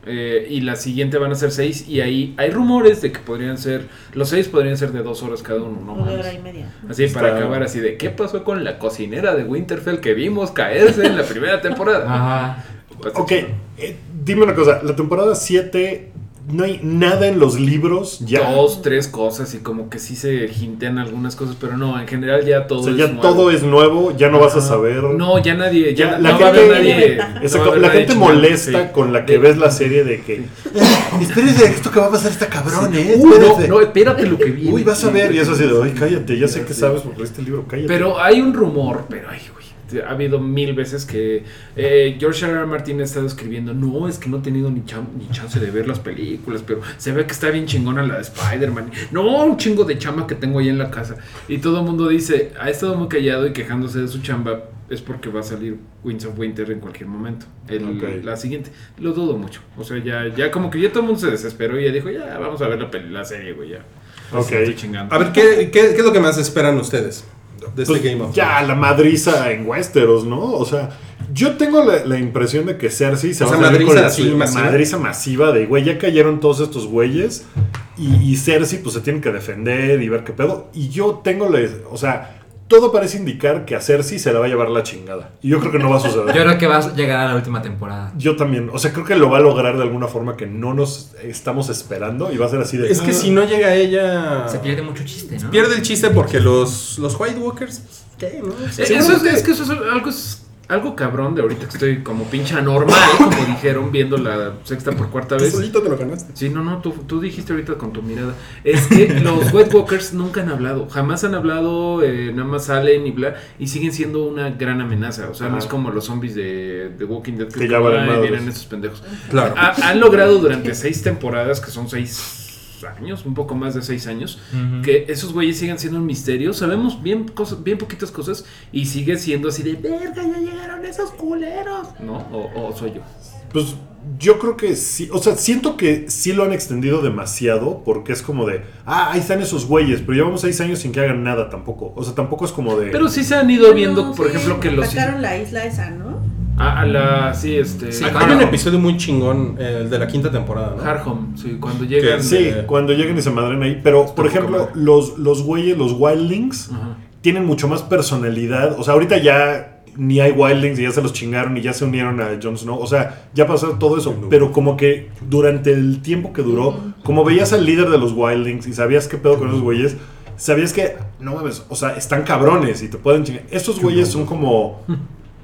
Eh, y la siguiente van a ser seis. Y ahí hay rumores de que podrían ser. Los seis podrían ser de dos horas cada uno, ¿no? Una hora y mames. media. Así para Está- acabar así de qué pasó con la cocinera de Winterfell que vimos caerse en la primera temporada. Ajá. Pues, Ok, eh, dime una cosa, la temporada 7 no hay nada en los libros ya. Dos, tres cosas y como que sí se jintean algunas cosas, pero no, en general ya todo o sea, es ya nuevo. todo es nuevo, ya no vas a saber. Ah. No, ya nadie, ya, Ya, la no va a haber gente- nadie. Exacto, la gente molesta con la que ves la serie de que. Espérese, esto que va a pasar está cabrón, ¿eh? Uh, no, no, espérate lo que vi. Uy, vas a ver. Y es así de, ay, cállate, ya sé que sabes porque leíste el libro, cállate. Pero hay un rumor, pero ay, güey. Ha habido mil veces que eh, George R. R. Martin ha estado escribiendo. No, es que no he tenido ni, chan- ni chance de ver las películas, pero se ve que está bien chingona la de Spider-Man. No, un chingo de chamba que tengo ahí en la casa. Y todo el mundo dice, ha estado muy callado y quejándose de su chamba. Es porque va a salir Winds of Winter en cualquier momento. El- Ok. La siguiente. Lo dudo mucho. O sea, ya, ya como que ya todo el mundo se desesperó y ya dijo, ya, vamos a ver la, peli- la serie, güey, ya. Ok. Estoy chingando. A ver, ¿qué, qué, qué es lo que más esperan ustedes de este Pues, Game of ya, la madriza en Westeros, ¿no? O sea, yo tengo la, la impresión de que Cersei se O va sea, a salir con madriza la así, suya, masiva. madriza masiva de, güey, ya cayeron todos estos güeyes y, y Cersei pues se tiene que defender y ver qué pedo. Y yo tengo la... O sea, todo parece indicar que a Cersei se la va a llevar la chingada. Y yo creo que no va a Yo suceder. creo que vas a llegar a la última temporada. Yo también, o sea, creo que lo va a lograr de alguna forma que no nos estamos esperando y va a ser así de... "Ah, Es que si no llega ella. Se pierde mucho chiste, ¿no? Pierde el chiste porque los, los White Walkers. pues, ¿Qué? ¿No? O sea, Eh, eso es, seguramente- es que eso es algo, es algo cabrón de ahorita que estoy como pinche anormal, como dijeron, viendo la sexta por cuarta Tú vez. solito te lo ganaste. Sí, no, no, tú, tú dijiste ahorita con tu mirada. Es que los White Walkers nunca han hablado, jamás han hablado, eh, nada más salen y bla, y siguen siendo una gran amenaza. O sea, no Ajá. es como los zombies de, de Walking Dead Que que ya valen ay, madres. vienen esos pendejos. Claro. Ha- han logrado durante seis temporadas, que son seis años, un poco más de seis años, Ujú. que esos güeyes sigan siendo un misterio. Sabemos bien cosas, bien poquitas cosas y sigue siendo así de verga, ya llegaron esos culeros. No, o, o soy yo. Pues yo creo que sí. O sea, siento que sí lo han extendido demasiado porque es como de, ah, ahí están esos güeyes, pero llevamos seis años sin que hagan nada tampoco. O sea, tampoco es como de... Pero sí se han ido viendo, No, por sí, ejemplo, que los. Atacaron la isla esa, ¿no? A, a la. Sí, este. Sí, Hay claro. un episodio muy chingón, el de la quinta temporada, ¿no? Harhom, sí, cuando llegan. Que sí, eh, cuando lleguen y se madren ahí. Pero, por poca ejemplo, madre. los, los güeyes, los wildlings, Ajá. tienen mucho más personalidad. O sea, ahorita ya ni hay wildlings y ya se los chingaron y ya se unieron a Jon Snow. O sea, ya pasó todo eso. No. Pero como que durante el tiempo que duró, como veías al líder de los wildlings y sabías qué pedo con esos güeyes, sabías que, no mames, o sea, están cabrones y te pueden chingar. Estos güeyes son como...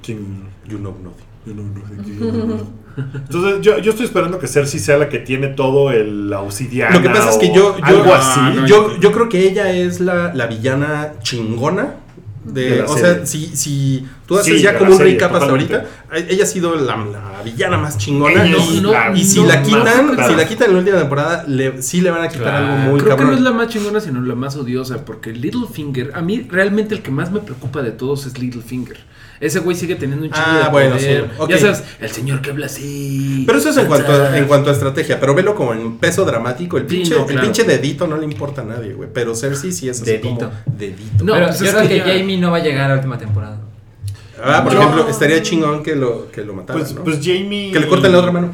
Ching- You know nothing. yo no- no sé qué, yo no- no. Entonces, yo, yo estoy esperando que Cersei sea la que tiene todo el la obsidiana. Lo que pasa es que o yo, yo, algo ah, así. no, yo, yo creo que ella es la, la villana chingona. De, De la o serie. sea, si, si tú haces Sí, ya de como la un serie, recap hasta totalmente. ahorita, eh, ella ha sido la, la villana más chingona. Ella y, es la y si no, la no, quitan, no, si claro. la quitan en la última temporada, le- sí le van a quitar Claro. algo muy Creo que cabrón. no es la más chingona, sino la más odiosa, porque Littlefinger, a mí realmente el que más me preocupa de todos es Littlefinger. Ese güey sigue teniendo un chingo Ah, de bueno, poder. sí, ok. Ya sabes, el señor que habla así. Pero eso es en cuanto, a, Sansa. en cuanto a estrategia, pero velo como en peso dramático. El Sí, pinche, no, claro. el pinche dedito no le importa a nadie, güey. Pero Cersei sí es así Dedito. como dedito. No, pero pues yo es creo que que, ya- Jamie no va a llegar a la última temporada. Ah, por No. ejemplo, estaría chingón que lo, que lo mataran, Pues, ¿no? pues Jamie. que le corten la otra mano.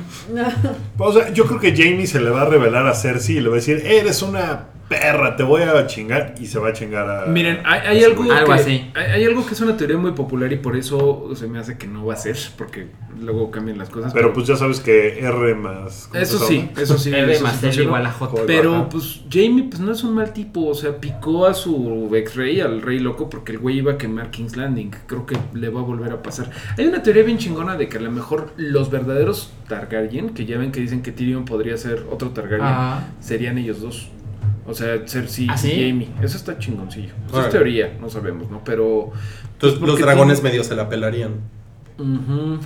O sea, yo creo que Jamie se le va a revelar a Cersei y le va a decir: Eres una perra, te voy a chingar. Y se va a chingar a. Miren, hay, a hay su algo, güey. Algo que, así. Hay, hay algo que es una teoría muy popular y por eso se me hace que no va a ser, porque luego cambian las cosas. Pero pues ya sabes que R más. ¿cómo eso se sí, llama? eso sí. R eso sí más L funciona. igual a J. Pero Ajá. pues Jamie pues no es un mal tipo, o sea, picó a su ex rey, al rey loco, porque el güey iba a quemar King's Landing. Creo que le va a volver a pasar. Hay una teoría bien chingona de que a lo mejor los verdaderos Targaryen, que ya ven que dicen que Tyrion podría ser otro Targaryen, Ah. serían ellos dos. O sea, Cersei ¿Ah, sí? y Jamie. Eso está chingoncillo. Pues, Órale. es teoría, no sabemos, ¿no? Pero. Entonces los porque dragones tiene- medio se la pelarían. Ujú,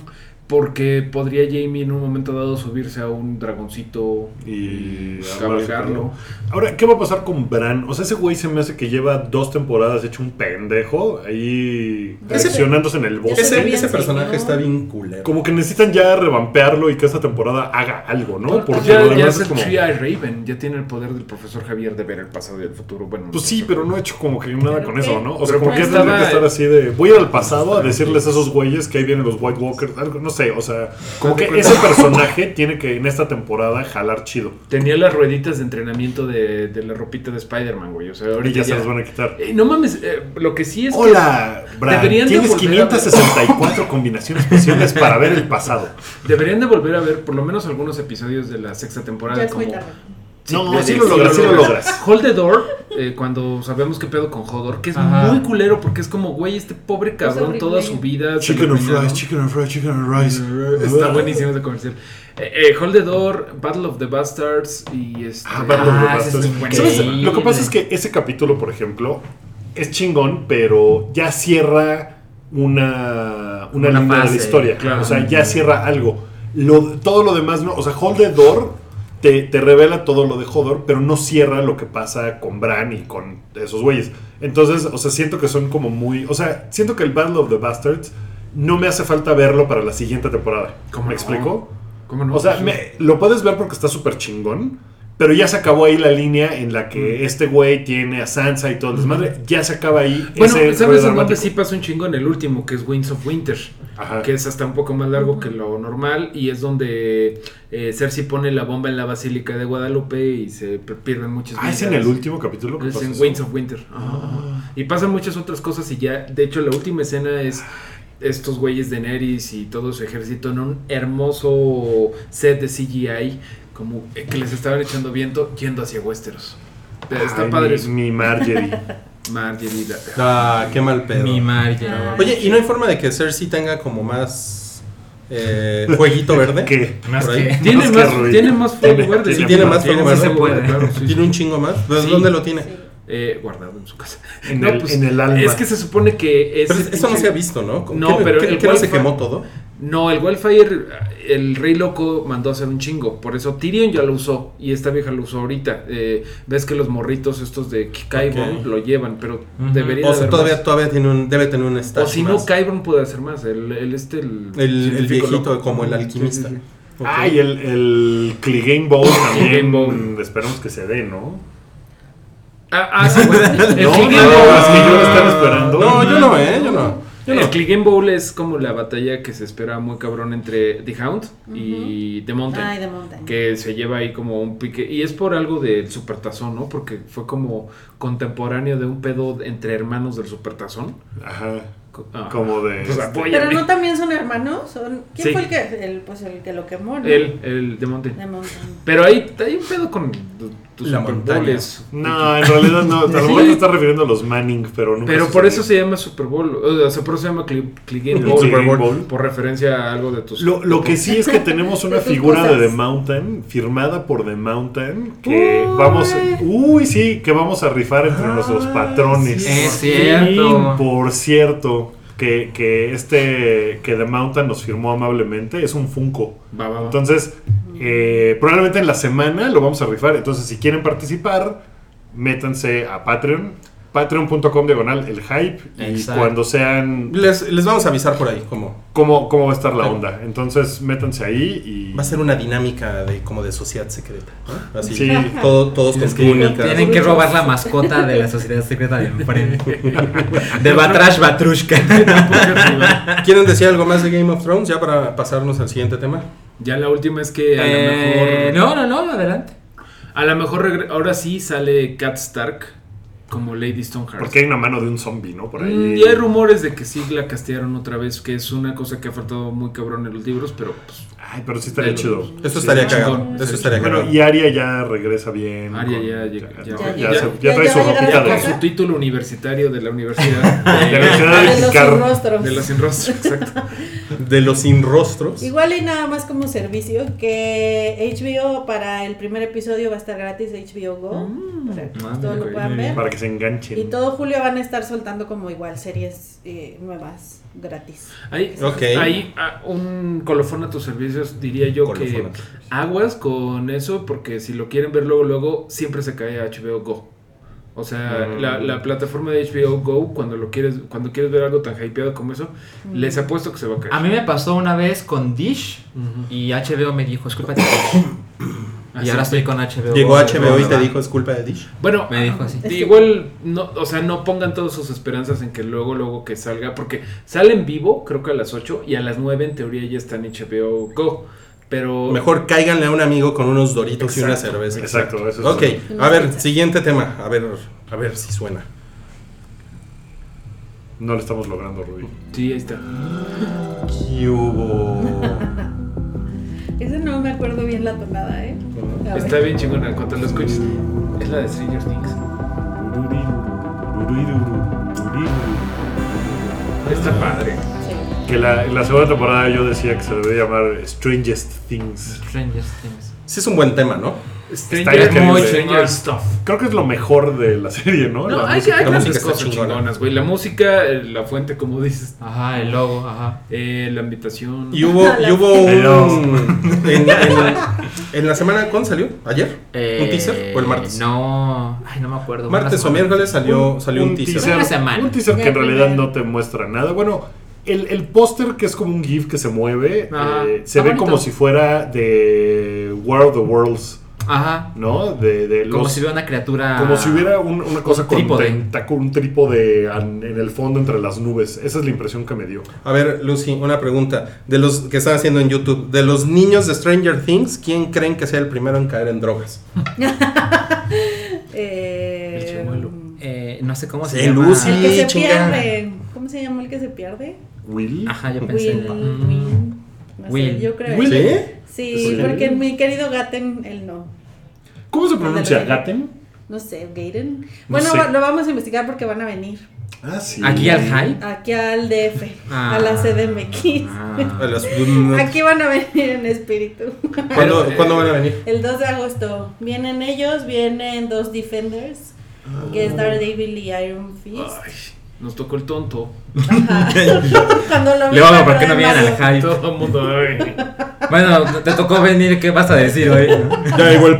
porque podría Jamie en un momento dado subirse a un dragoncito Y. cabalgarlo. Ahora, ¿qué va a pasar con Bran? O sea, ese güey se me hace que lleva dos temporadas hecho un pendejo ahí Ese- reaccionándose en el bosque. Ese, bien ese personaje chingón. está bien culero. Como que necesitan ya revampearlo y que esta temporada haga algo, ¿no? Porque Porque ya, lo ya demás es es el como. Three Eye Raven, ya tiene el poder del profesor Javier de ver el pasado y el futuro. Bueno, Pues sí, pero no he hecho como que nada con eso, ¿no? O sea, Pero como que porque tendría estaba- que estar así de. Voy a ir al pasado a decirles a esos güeyes que ahí vienen los White Walkers. Algo, no sé, o sea, como que ese personaje tiene que en esta temporada jalar chido. Tenía las rueditas de entrenamiento de, de la ropita de Spider-Man, güey. O sea, Y ahorita ya se ya- los van a quitar. Eh, no mames, eh, lo que sí es que- Hola, Brad. Deberían de Tienes volver a 564 combinaciones posibles para ver el pasado. Deberían de volver a ver por lo menos algunos episodios de la sexta temporada. Ya es como- muy tarde. Sí, No, de- sí de- lo logras, sí lo logras. Hold the door, eh, cuando sabemos qué pedo con Hodor, que es Ajá. muy culero porque es como, güey, este pobre cabrón horrible. toda su vida. se Chicken lo and arruinaron. fries, chicken and fries, chicken and rice. Está buenísimo ese comercial. Eh, eh, Hold the door, Battle of the Bastards y este. Ah, Battle of the Ah, ese es Bastards. increíble. ¿Sabes? Lo que pasa es que ese capítulo, por ejemplo, es chingón, pero ya cierra una, una, Una línea de fase, la historia. claro. O sea, ya cierra algo. Lo- todo lo demás no. O sea, Hold the Door te, te revela todo lo de Hodor, pero no cierra lo que pasa con Bran y con esos güeyes. Entonces, o sea, siento que son como muy. O sea, siento que el Battle of the Bastards no me hace falta verlo para la siguiente temporada. ¿Cómo ¿Me no? explico? ¿Cómo no? pues O sea, me- lo puedes ver porque está súper chingón. Pero ya se acabó ahí la línea en la que Mm. este güey tiene a Sansa y todo el desmadre. Ya se acaba ahí. Bueno, ese rollo ¿sabes en dónde dramático. sí pasa un chingo en el último? Que es Winds of Winter. Ajá. Que es hasta un poco más largo que lo normal. Y es donde eh, Cersei pone la bomba en la Basílica de Guadalupe y se per- pierden muchas Ah, es en vidas. el último capítulo que Es pasa en eso? Winds of Winter. Ah. Ajá. Y pasan muchas otras cosas y ya, de hecho, la última escena es estos güeyes de Neris y todo su ejército en un hermoso set de CGI, como eh, que les estaban echando viento yendo hacia Westeros. Eh, Está Ay, padre mi- eso. Mi, Marjorie. Marjorie, la- Ah, qué mal pedo. Mi Mario. Oye, ¿y no hay forma de que Cersei tenga como más eh, jueguito verde? ¿Qué? Más Por ahí. que- Tiene Más más, que ruido. tiene más fuego Tiene- verde. sí, tiene más fuego más verde. claro, sí. ¿Tiene un chingo más? ¿Pues Sí. ¿Dónde lo tiene? Eh, guardado en su casa. pues, En el- en el alma. Es que se supone que Pero ese eso no pinche- se ha visto, ¿no? No, ¿Qué- pero ¿Qué, el qué no se Wi-Fi- quemó todo? No, el Wildfire, el Rey Loco mandó a hacer un chingo. Por eso Tyrion ya lo usó. Y esta vieja lo usó ahorita. Eh, Ves que los morritos estos de Kyborn Ok. lo llevan, pero Ujú. debería O de sea, haber todavía, más. todavía tiene un, debe tener un stash O si no, más. Kyborn puede hacer más. El, el este, el, El- el científico viejito como el alquimista. Sí, sí, sí. Ok. Ah, y el, el Clegane Bowl Clegane también. Bowl. Esperemos que se dé, ¿no? Ah, ah, sí, güey. El No, Clegane no, Bowl- es que yo lo estaba esperando. No, yo no, ¿eh? Yo no. El Clegane Bowl es como la batalla que se espera muy cabrón entre The Hound Ah, y The Mountain. Ay, de montaña. que se lleva ahí como un pique y es por algo del supertazón, ¿no? Porque fue como contemporáneo de un pedo entre hermanos del supertazón. Ajá. Co- ah. Como de. Pues este, apóyame. Pero no también son hermanos. Son... ¿Quién Sí. fue el que, el, pues, el que lo quemó? ¿no? El, el de Monte. De montaña. Pero ahí hay un pedo con tu- tus La Super montaña. Bowls. No, en realidad no. A lo mejor te estás refiriendo a los Manning, pero nunca Pero por eso sucedió. se llama Super Bowl. O sea, por eso se llama Cli- Clegane El Bowl. Clegane por- Bowl. Por referencia a algo de tus. Lo, lo que sí es que tenemos una De tus figura de cosas. The Mountain, firmada por The Mountain, que Uy. Ah, vamos, uy, sí, que vamos a rifar entre nuestros patrones. sí. Es Sí, cierto. Por cierto, que, que este, que The Mountain nos firmó amablemente, es un Funko. Va, va, va. Entonces, eh, probablemente en la semana lo vamos a rifar. Entonces, si quieren participar, métanse a Patreon, patreon.com diagonal el hype, y Exacto. cuando sean Les, les vamos a avisar por ahí cómo. cómo, cómo va a estar la onda. Entonces, métanse ahí y... Va a ser una dinámica de como de sociedad secreta. ¿no? Así, Sí. todo- todos con Es que túnicas. tienen que robar la mascota de la sociedad secreta de enfrente. De Batrash Batrushka. pues, ¿Quieren decir algo más de Game of Thrones ya para pasarnos al siguiente tema? Ya la última es que a lo Eh, no, mejor. no, no, adelante. A lo mejor regre- ahora sí sale Cat Stark como Lady Stoneheart. Porque hay una mano de un zombie, ¿no? Por ahí. Mm, Y hay rumores de que sí la castearon otra vez, que es una cosa que ha faltado muy cabrón en los libros, pero pues, Ay, pero sí estaría Hay chido. rumores. Eso Sí. estaría chingón, cagado. estaría Eso estaría Bueno, cagado. y Aria ya regresa bien. Aria con- ya llegó- ya, ya- ya ya- se- ya- ya ya trae su va a llegar ropita a con de, la su título universitario de la universidad Eh, de de, Universidad de Ah, De los sin Picar. rostros. de los sin rostro, exacto. De los sin rostros. Igual y nada más como servicio que HBO para el primer episodio va a estar gratis HBO Go. para que Ah, todo lo ok. puedan ver. Para que se Y enganchen. todo julio van a estar soltando como igual series eh, nuevas gratis. Hay, Ok. hay, ah, un colofón a tus servicios, diría yo Colofón a que Ah, tus servicios. aguas con eso, porque si lo quieren ver luego, luego, siempre se cae a HBO Go. O sea, Ah. la, la plataforma de HBO Go, cuando lo quieres, cuando quieres ver algo tan hypeado como eso, les apuesto que se va a Ah, caer. A mí me pasó una vez con Dish Ujú. y HBO me dijo, disculpa, Dish, y Así ahora fue. estoy con HBO. Llegó HBO y ¿verdad? te dijo es culpa de Dish. Bueno, Me dijo así. de igual, no, o sea, no pongan todas sus esperanzas en que luego, luego que salga, porque sale en vivo, creo que a las 8 y a las 9 en teoría ya está en HBO Go. Pero Mejor cáiganle a un amigo con unos doritos y una Exacto, cerveza. Exacto, eso es. Ok, Una a ver, pizza. siguiente tema. A ver, a ver si suena. No lo estamos logrando, Ruby. sí, ahí está. ¿Qué hubo? Ese no me acuerdo bien la tonada, ¿eh? A ver. Está bien chingona cuando lo escuches. Es la de Stranger Things. Está padre. Sí. Que la, la segunda temporada yo decía que se debía llamar Strangest Things. Stranger Things. Sí es un buen tema, ¿no? Stranger, increíble. muy Stranger Stuff. Creo que es lo mejor de la serie, ¿no? No, La hay, música. hay la música grandes está cosas chingona. chingonas, güey. La música, eh, la fuente, como dices, Ajá, el logo, ajá. eh, la invitación. Y hubo, y hubo un... En, en- en la semana, ¿cuándo salió? ¿Ayer? ¿Un teaser o el martes? Eh, No, ay, no me acuerdo. Martes o miércoles salió, salió un, teaser. Una semana. un teaser que en realidad no te muestra nada. Bueno, el, el póster que es como un GIF que se mueve, Ajá. eh, se Está ve bonito. como si fuera de War of the Worlds, Ajá. ¿no? De, de Como los- si hubiera una criatura. como si hubiera un- una cosa con trípode. tentáculo, un trípode an- en el fondo entre las nubes. Esa es la impresión que me dio. A ver, Lucy, una pregunta. De los que están haciendo en YouTube, de los niños de Stranger Things, ¿quién creen que sea el primero en caer en drogas? Eh, El chimuelo. Eh, no sé cómo se Sí, llama. Lucy. el que se chingada. pierde. ¿Cómo se llama el que se pierde? Will. Ajá, yo pensé. Will. en- Will. No sé, Will. yo creo. Will. ¿Sí? Sí, Will. porque mi querido Gaten, él no. ¿Cómo se pronuncia? ¿Gaten? No sé, Gaten. Bueno, sé. va- lo vamos a investigar porque van a venir Ah, sí. Aquí al hype. aquí al DF, Ah. a la CDMX. A Ah. las- Aquí van a venir en espíritu. ¿Cuándo, cuándo van a venir? El 2 de agosto. Vienen ellos, vienen dos Defenders, que es Daredevil y Iron Fist. Ay, nos tocó el tonto. Ajá. Cuando lo Luego, vean, ¿por qué no pero vienen además al hype? Todo el mundo. ay. Bueno, te tocó venir, ¿qué vas a decir hoy? Ya llegó el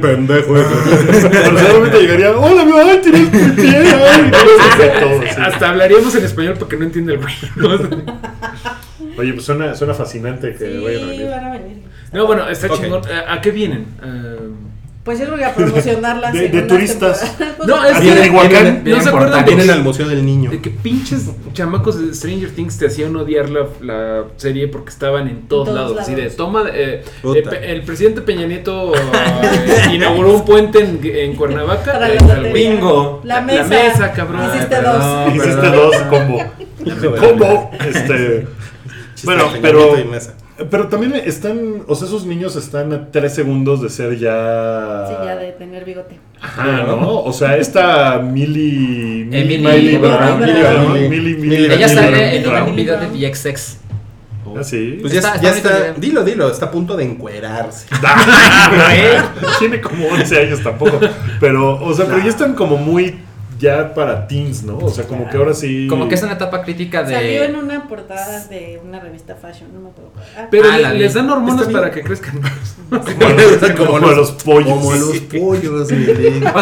pendejo. eh. Pero seguramente llegaría. ¡Hola, mi mamá! ¡Tiré el pie! ¡Ay! no sé, todo, sí. Hasta hablaríamos en español porque no entiende el güey. ¿no? Oye, pues suena, suena fascinante que vayan a Sí, venir. van a venir. No, bueno, está Ok. chingón. Eh, ¿A qué vienen? Eh, Pues yo voy a promocionar la De- de segunda turistas. temporada. Pues, no, es Aquí en que Tehuacán. no se acuerdan Vienen de, al Museo del Niño. de que pinches chamacos de Stranger Things te hacían odiar la, la serie porque estaban en todos, todos lados. lados. Así de, toma, eh, Puta. eh, pe- el presidente Peña Nieto eh, inauguró un puente en, en Cuernavaca. Para eh, la al- lotería. bingo. La La mesa. mesa, cabrón. Hiciste Ay, dos. perdón, Hiciste perdón. dos combo. Hijo de la Combo. mierda. Este. Chiste Bueno, de pero- y mesa. Pero también están. O sea, esos niños están a tres segundos de ser ya. Sí, Ah. ya de tener bigote. Ajá, ¿no? O sea, esta Millie. Emily Millie Brown. Brown. Millie Brown. Millie- Millie- Millie Ella Millie sale en Brown. un Brown. video de VXX. Ah, sí. Pues ya Está- está, ya está bonito está el dilo, dilo, está a punto de encuerarse. ¿eh? Tiene como 11 años tampoco. Pero, o sea, pero ya están como muy. Ya para teens, ¿no? O sea, como que ahora sí. Como que es una etapa crítica Salió en Ah, de. una portada de una revista fashion, no me acuerdo. cuál. Ah, Pero Ah, le- la vi. les dan hormonas Está bien. para que crezcan más. Como los- Como como los los pollos, O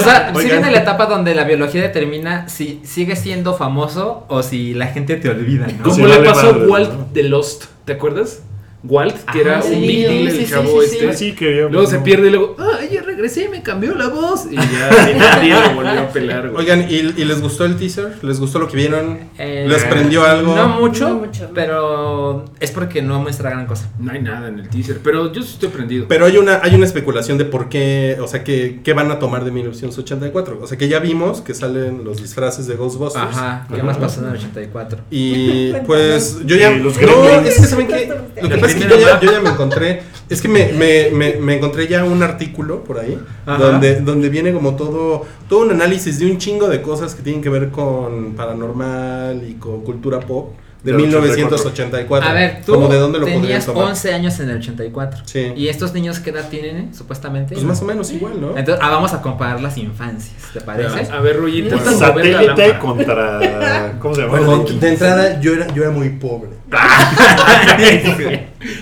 sea, sí Oigan. viene la etapa donde la biología determina si sigues siendo famoso o si la gente te olvida, ¿no? Como Sí, le vale pasó madre, a Walt ¿no? de Lost, ¿te acuerdas? Walt, que Ajá, era sí, un big deal sí, el sí, chavo sí, sí. este. Sí, que Luego se pierde y luego, ah, ya regresé, me cambió la voz. Y ya nadie lo volvió a pelar, güey. Oigan, ¿y, y les gustó el teaser? ¿Les gustó lo que vieron? Eh, ¿Les prendió algo? No mucho, No mucho. pero es porque no muestra gran cosa. No hay nada en el teaser, pero yo sí estoy prendido. Pero hay una, hay una especulación de por qué, o sea, que, qué van a tomar de 1984. O sea, que ya vimos que salen los disfraces de Ghostbusters. Ajá, ¿qué más pasó en el 84? Y pues yo ya. Y los no, gremlins. es que saben que. Lo que La pasa es que yo primera ya, mapa. yo ya me encontré. Es que me, me- me- me encontré ya un artículo por ahí. Ajá. Donde, donde viene como todo. Todo un análisis de un chingo de cosas que tienen que ver con paranormal y con cultura pop. De Del 1984. A ver, tú Como de dónde lo podrían tenías tomar. 11 años en el 84. Sí. ¿Y estos niños qué edad tienen, eh, supuestamente? Pues más o menos igual, ¿no? Entonces, ah, vamos a comparar las infancias, ¿te parece? A ver, Rollita, Bueno, vamos a ver la Satélite lámpara. contra. ¿Cómo se llama? Bueno, de entrada, yo era, yo era muy pobre.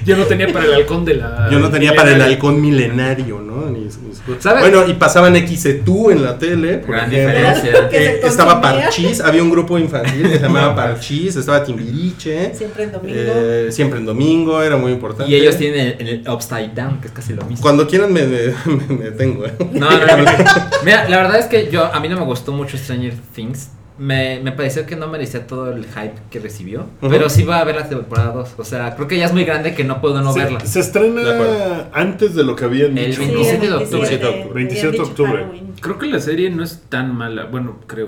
Yo no tenía para el halcón de la. Yo no tenía para el de la- halcón milenario, ¿no? Ni- ni- ¿Sabes? Bueno, y pasaban XETU en la tele. por Gran ejemplo. diferencia. Que se Eh, estaba consumía. Parchís, había un grupo infantil que se llamaba Parchís, estaba Timbiriche. Siempre en domingo. eh, siempre en domingo, era muy importante. Y ellos tienen el, el Upside Down, que es casi lo mismo. Cuando quieran me, me, me detengo, ¿eh? No, no, no. Mira, la verdad es que yo, a mí no me gustó mucho Stranger Things. Me, me pareció que no merecía todo el hype que recibió. Ujú. Pero sí va a ver la temporada 2. O sea, creo que ya es muy grande que no puedo no se, verla. se De acuerdo. estrena antes de lo que habían El dicho. Sí, 27 el de octubre. 27 habían 27 de dicho octubre. Halloween. Creo que la serie no es tan mala, bueno, creo.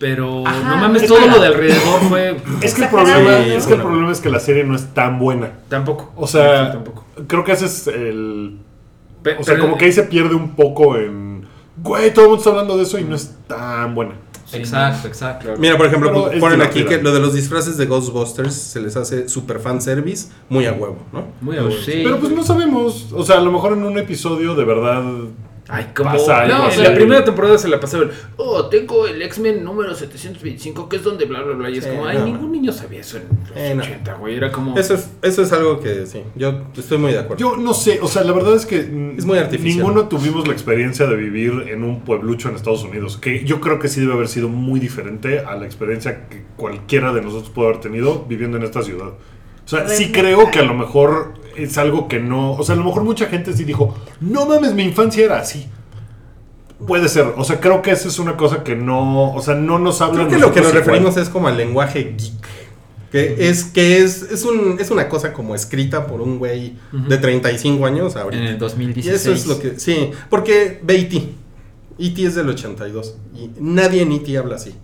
Pero Ajá, no mames, es todo mala. lo de alrededor fue Es que el Exagerado, problema, ¿no? es que el problema es que la serie no es tan buena. tampoco. O sea, Sí, tampoco. creo que ese es el. Pe- O sea, pero- como que ahí se pierde un poco en. Güey, todo el mundo está hablando de eso y no es tan buena. exacto, exacto. Mira, por ejemplo, pues, Pero es ponen aquí divertida. que lo de los disfraces de Ghostbusters se les hace super fan service muy a huevo, ¿no? muy a gusto. Sí. Pero pues no sabemos. O sea, a lo mejor en un episodio de verdad. Ay, ¿cómo? Pasa algo no, así. en la primera temporada se la pasaban. Oh, tengo el X-Men número 725, que es donde bla, bla, bla. Y es Sí, como, ay, no, ningún niño sabía eso en los Eh, no. 80, güey. Era como. Eso es, eso es algo que sí, yo estoy muy de acuerdo. Yo no sé. O sea, la verdad es que. mm, Es muy artificial. Ninguno tuvimos la experiencia de vivir en un pueblucho en Estados Unidos. Que yo creo que sí debe haber sido muy diferente a la experiencia que cualquiera de nosotros puede haber tenido viviendo en esta ciudad. O sea, sí Realmente. creo que a lo mejor es algo que no. O sea, a lo mejor mucha gente sí dijo, no mames, mi infancia era así. Puede ser. O sea, creo que esa es una cosa que no. O sea, no nos habla. Creo que a lo que nosotros nos igual. referimos es como al lenguaje geek. Que es que es, es, un, es una cosa como escrita por un güey de 35 años En ahorita. el Y 2016. eso es lo que. Sí, porque ve E E.T. E.T. es del 82. Y nadie en E.T. habla así.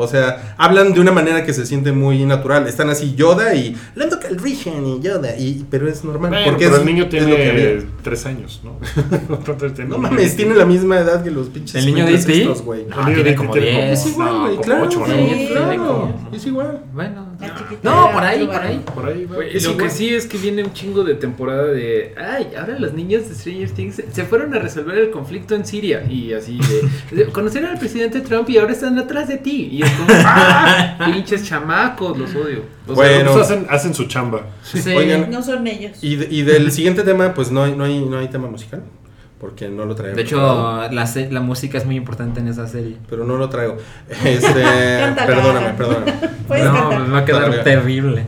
O sea, hablan de una manera que se siente muy natural. Están así Yoda y. Lando Calrissian y Yoda. Y, pero es normal. Bueno, porque pero pues es- el niño es lo que había. tiene Mm. tres años, ¿no? Entonces, tiene- No mames, tiene la misma edad que los pinches. ¿El niño de E juguetes E.T.? estos, güey. No, Ah, tiene como 10. Es igual, no, güey. como claro, ocho, ¿no? güey, Sí, claro. tiene como- Es igual. Bueno. La chiquita No, era por ahí, por Chewbacca. ahí. Por ahí va. Güey, Es lo igual. que sí es que viene un chingo de temporada de. Ay, ahora las niñas de Stranger Things se- se fueron a resolver el conflicto en Siria. Y así de. de- Conocieron al presidente Trump y ahora están atrás de ti. Y es como. ¡Ah! Pinches chamacos, los odio. O sea, Bueno. Pues hacen, hacen su chamba. Sí. Oigan, No son ellos. Y, de- y del siguiente tema, pues no hay, no hay, no hay tema musical. Porque no lo traigo. De hecho, la, se- la música es muy importante en esa serie. Pero no lo traigo. Este, Cántala. perdóname, perdóname. Puedes no, cantar. va a quedar Vale. terrible.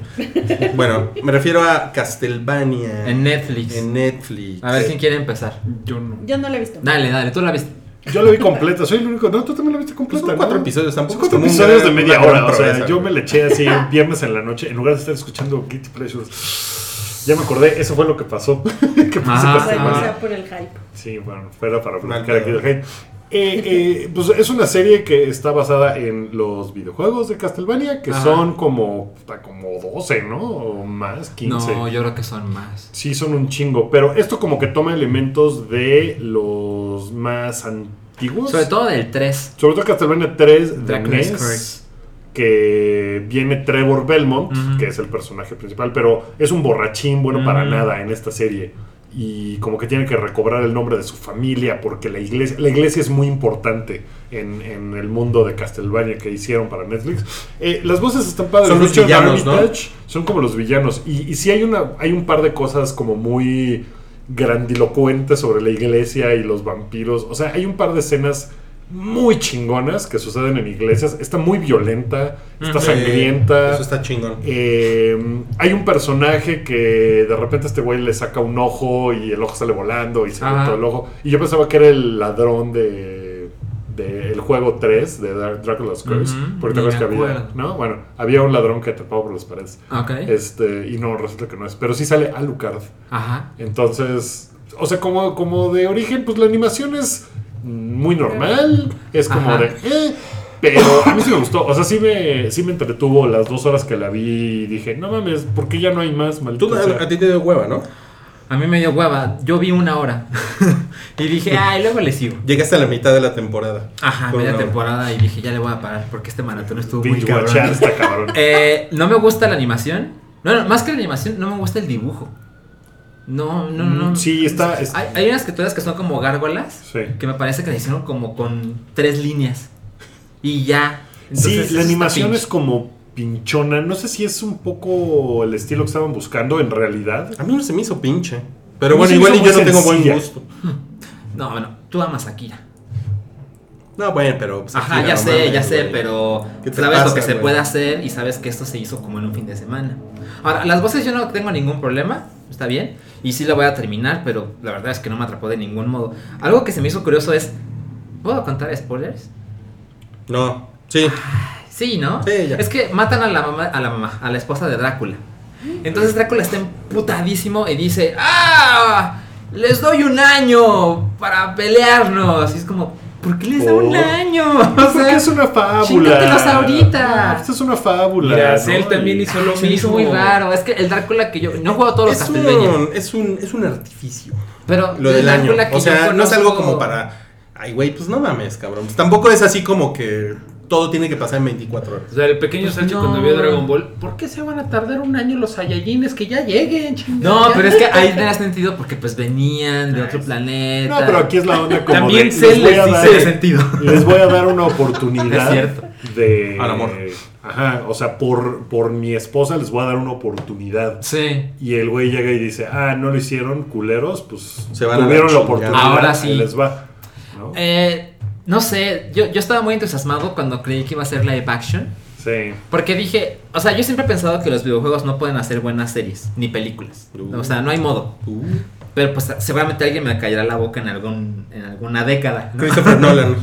Bueno, me refiero a Castlevania. En Netflix. En Netflix. A ver quién quiere empezar. Yo no. Yo no la he visto. Dale, dale, tú la viste. Yo la vi completa, soy el único. No, tú también la viste Pues completa. son cuatro ¿no? episodios Son tampoco. es cuatro como un episodios de gran- media una gran hora. O sea, proeza, yo me güey. le eché así un viernes en la noche. En lugar de estar escuchando Guilty Pleasures. Ya me acordé, eso fue lo que pasó. que puse Ah, Bueno, ah. o sea, por el hype. Sí, bueno, fuera para platicar Mal aquí pedo. del hate. Eh, eh, pues es una serie que está basada en los videojuegos de Castlevania, que Ajá. son como, puta, como 12, ¿no? O más, 15. No, yo creo que son más. Sí, son un chingo, pero esto como que toma elementos de los más antiguos. Sobre todo del 3. Sobre todo Castlevania 3 de NES, Dracula's Curse. que viene Trevor Belmont, Ujú. que es el personaje principal, pero es un borrachín bueno para Ujú. nada en esta serie. Y como que tiene que recobrar el nombre de su familia, porque la iglesia, la iglesia es muy importante en, en el mundo de Castlevania que hicieron para Netflix. Eh, las voces están padres. Son los Richard villanos, ¿no? Armitage son como los villanos. Y, y sí hay, una, hay un par de cosas como muy grandilocuentes sobre la iglesia y los vampiros. O sea, hay un par de escenas muy chingonas que suceden en iglesias. Está muy violenta, está Ujú. sangrienta. Eso está chingón. Eh, hay un personaje que de repente este güey le saca un ojo y el ojo sale volando y se Ajá. ve todo el ojo. Y yo pensaba que era el ladrón de, de el juego 3 de Dra- Dracula's Curse. Ujú, Porque te ni acuerdas que me había, acuerdo. ¿no? Bueno, había un ladrón que tapaba por las paredes. Ah, Ok. Eh. Este, y no, resulta que no es. Pero sí sale Alucard. Ajá. Entonces, o sea, como, como de origen, pues la animación es muy normal. Es como Ajá. de. eh, pero a mí sí me gustó. O sea, sí me, sí me entretuvo las dos horas que la vi y dije, no mames, ¿por qué ya no hay más, maldito? Tú, sea?". a, a ti te dio hueva, ¿no? A mí me dio hueva. Yo vi una hora. y dije, ay, luego le sigo. Llegaste a la mitad de la temporada. Ajá, Por media una hora. temporada y dije, ya le voy a parar porque este maratón estuvo muy Binge cabrón. watchar está cabrón. Eh, no me gusta la animación. No, no, más que la animación, no me gusta el dibujo. No, no, no. Mm, sí, está- es- Hay, hay unas criaturas que son como gárgolas. Sí. Que me parece que la hicieron como con tres líneas. Y ya. Sí, Entonces, la está animación pinche. es como pinchona. No sé si es un poco el estilo que estaban buscando en realidad. A mí no se me hizo pinche. A Pero mí bueno, se me igual hizo y yo no muy tengo buen sencilla. gusto. No, bueno, tú amas a Akira. No, bueno, pero. pues, Ajá, mira, ya no sé, mames, ya sé, güey. pero ¿Qué te sabes pasa, lo que se güey? puede hacer y sabes que esto se hizo como en un fin de semana. Ahora, las voces yo no tengo ningún problema, está bien, y sí la voy a terminar, pero la verdad es que no me atrapó de ningún modo. Algo que se me hizo curioso es, ¿puedo contar spoilers? No. Sí. Sí, ¿no? Sí, ya. Es que matan a la mamá, a la mamá, a la esposa de Drácula. Entonces Drácula está emputadísimo y dice, ¡ah! Les doy un año para pelearnos. Y es como, ¿por qué les da un Por- año? O Pues porque sea, es una chíngatelos fábula. ahorita. Ah, Esto es una fábula. Mira, ¿no? él también Y- hizo lo Se me hizo mismo. muy raro. Es que el Drácula que yo. No juego todos los Es Castlevania. un, es, un, es un artificio. Pero. Lo del el año. Drácula que O yo sea, no es conozco- algo como para. Ay, güey, pues no mames, cabrón. Pues tampoco es así como que todo tiene que pasar en 24 horas. O sea, el pequeño Pues Sancho no. cuando vio Dragon Ball, ¿por qué se van a tardar un año los Saiyajines que ya lleguen? No, chingada? pero es que ahí tenía sentido porque pues venían de otro No, planeta. pero aquí es la onda como También de, se les voy les a dice- dar- Tiene sentido. les voy a dar una oportunidad Es cierto. de Al amor. Ajá, o sea, por, por mi esposa les voy a dar una oportunidad. Sí. Y el güey llega y dice, "Ah, no lo hicieron, culeros, pues Se van a la tuvieron la, chingada. oportunidad, Ahora ahí sí. les va." ¿no? Eh, no sé, yo, yo estaba muy entusiasmado cuando creí que iba a ser live action. sí. Porque dije, o sea, yo siempre he pensado que los videojuegos no pueden hacer buenas series ni películas. Uh. O sea, no hay modo. Uh, Pero pues seguramente alguien me callará la boca en algún en alguna década. ¿no? Christopher Nolan.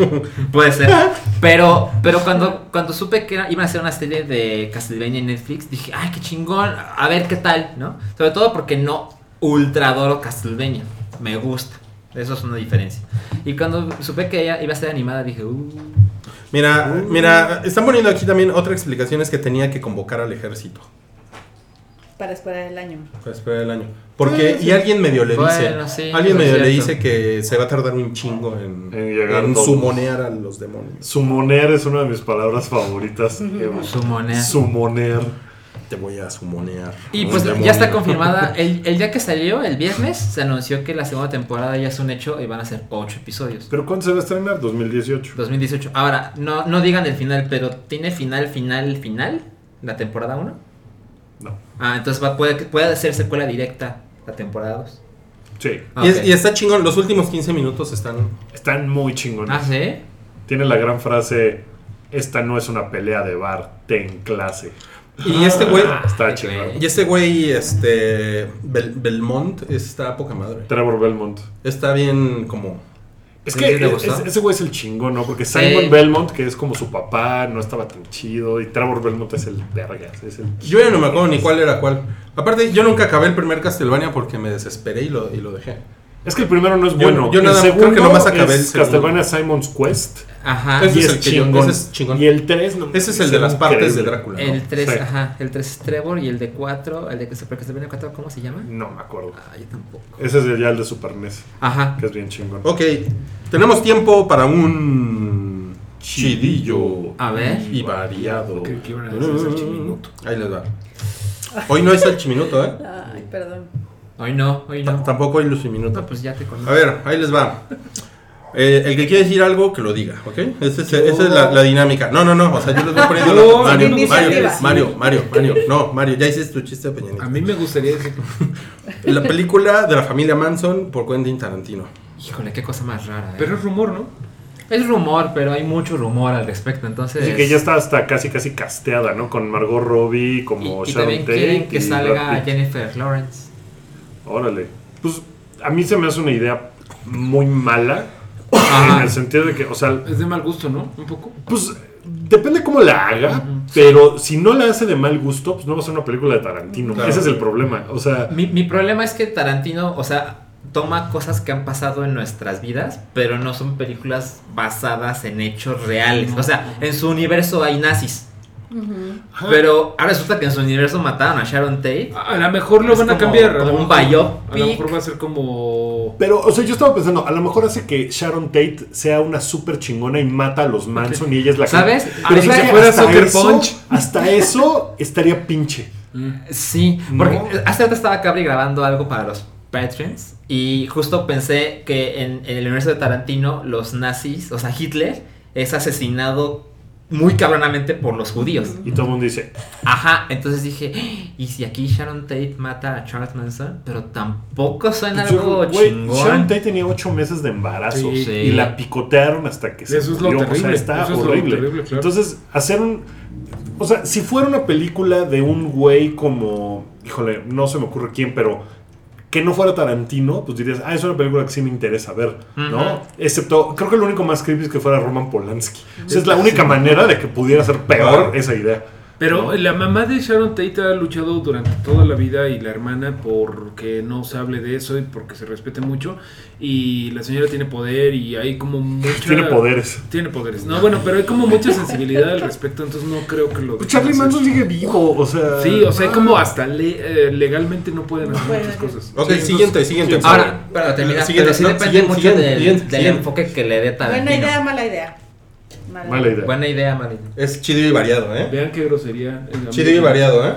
Puede ser. Pero, pero cuando, cuando supe que era- iban a hacer una serie de Castlevania en Netflix, dije, ay, qué chingón, a ver qué tal, ¿no? Sobre todo porque no ultra adoro Castlevania. Me gusta. Eso es una diferencia. Y cuando supe que ella iba a ser animada, dije, uh, Mira, mira, están poniendo aquí también otra explicación es que tenía que convocar al ejército Para esperar el año. para esperar el año. Porque, y alguien medio le dice, Bueno, sí, alguien eso es medio le cierto. dice que se va a tardar un chingo en, En llegar en todos. sumonear a los demonios. Sumoner es una de mis palabras favoritas. Eva. su moneda. Sumoner. Te voy a sumonear. Y un pues demonio. ya está confirmada. El, el día que salió, el viernes, se anunció que la segunda temporada ya es un hecho y van a ser ocho episodios. ¿Pero cuándo se va a estrenar? 2018. 2018. Ahora, no, no digan el final, pero ¿tiene final, final, final? ¿La temporada 1? No. Ah, entonces va, puede, puede ser secuela directa la temporada 2. Sí. Ah, Y, es- ok. y está chingón, los últimos 15 minutos están Están muy chingones. Ah, ¿sí? Tiene la gran frase, esta no es una pelea de bar, ten clase. Y este Ah. güey, Está ok. chingón. y este güey, este Bel- Belmont está poca madre. Trevor Belmont. Está bien como. Es ¿Sí que te es- gustó? es- ese güey es el chingón, ¿no? Porque Sí. Simon Belmont, que es como su papá, no estaba tan chido. Y Trevor Belmont es el vergas. Es el... Yo ya no me acuerdo ni cuál era cuál. Aparte, yo nunca acabé el primer Castlevania porque me desesperé y lo, y lo dejé. Es que el primero no es Yo- bueno. yo nada- el creo que segundo nomás acabé el es segundo. Castlevania Simon's Quest. Ajá. y Ese es es, el que yo- chingón. ese es chingón. Y el 3 Ese es el de las partes de Drácula. ¿no? El 3, Sí. ajá. El 3 es Trevor y el de 4, el de que se que se viene 4, ¿cómo se llama? No me acuerdo. Ah, yo tampoco. Ese es el- ya el de Super NES, Ajá. que es bien chingón. Ok, tenemos tiempo para un. Chidillo. A ver. Y variado. Creo que iban a decir salchiminuto. Ahí les va. Hoy no es el chiminuto, ¿eh? Ay, perdón. Hoy no, hoy T- no. Tampoco hay los No, minutos. pues ya te conozco. A ver, ahí les va. Eh, el que quiere decir algo, que lo diga, ¿ok? Esa es, esa es la, la dinámica. No, no, no, o sea, yo les voy poniendo... la- Yo, Mario, mi Mario, Mario, iniciativa. Mario, Mario, no, Mario, ya hiciste tu chiste de Peña Nieto. A mí me gustaría decir La película de la familia Manson por Quentin Tarantino. Híjole, qué cosa más rara. ¿eh? Pero es rumor, ¿no? es rumor, pero hay mucho rumor al respecto, entonces. Así que ya está hasta casi casi casteada, ¿no? Con Margot Robbie Y, como y Sharon también Tate quieren que y Brad salga Pitt. Jennifer Lawrence. Órale. Pues a mí se me hace una idea muy mala. Ajá. En el sentido de que, o sea, Es de mal gusto, ¿no? Un poco. pues depende cómo la haga, pero si no la hace de mal gusto, pues no va a ser una película de Tarantino. Claro. Ese es el problema. O sea, Mi, mi problema es que Tarantino, o sea, toma cosas que han pasado en nuestras vidas, pero no son películas basadas en hechos reales. O sea, en su universo hay nazis. Pero ahora resulta que en su universo mataron a Sharon Tate. Ah, A a lo mejor lo Es van a como- cambiar. a lo como un mejor- biopic. A lo mejor va a ser como. pero, o sea, yo estaba pensando, a lo mejor hace que Sharon Tate sea una súper chingona y mata a los Manson y ella es la que- ¿Sabes? Pero O si sea, se que fuera hasta Soccer eso- Punch, hasta eso estaría pinche. Sí, porque No. hace rato estaba Cabri grabando algo para los Patreons y justo pensé que en, en el universo de Tarantino los nazis, o sea, Hitler es asesinado muy cabronamente por los judíos. Y todo el mundo dice, Ajá, entonces dije, ¿y si aquí Sharon Tate mata a Charles Manson? Pero tampoco suena algo Yo- güey, chingón. Sharon Tate tenía ocho meses de embarazo Sí. y la picotearon hasta que se Eso es lo murió. O sea, terrible, está eso es lo horrible. terrible, claro. Entonces, hacer un. O sea, si fuera una película de un güey como. Híjole, no se me ocurre quién, pero. Que no fuera Tarantino, pues dirías, ah, es una película que sí me interesa ver, ¿no? Ujú. Excepto, creo que lo único más creepy es que fuera Roman Polanski. O sea, es la única manera de que pudiera ser peor esa idea. Pero la mamá de Sharon Tate ha luchado durante toda la vida y la hermana porque no se hable de eso y porque se respete mucho. Y la señora tiene poder y hay como mucha... Tiene poderes. Tiene poderes. No, bueno, pero hay como mucha sensibilidad al respecto, entonces no creo que lo... Pues Charlie dejen Manson Ah. hacer. sigue vivo, o sea. Sí, o sea, hay como hasta le- eh, legalmente no pueden hacer Bueno. muchas cosas. Ok, entonces- siguiente, siguiente. Ahora, para terminar, pero sí no, depende siguiente, mucho siguiente, del, siguiente, del siguiente. enfoque que le dé Tarantino. Buena idea, mala idea. Mala, Mala idea. Buena idea, Marino. Es chido y variado, ¿eh? Vean qué grosería. en la Chido y misma. variado, ¿eh?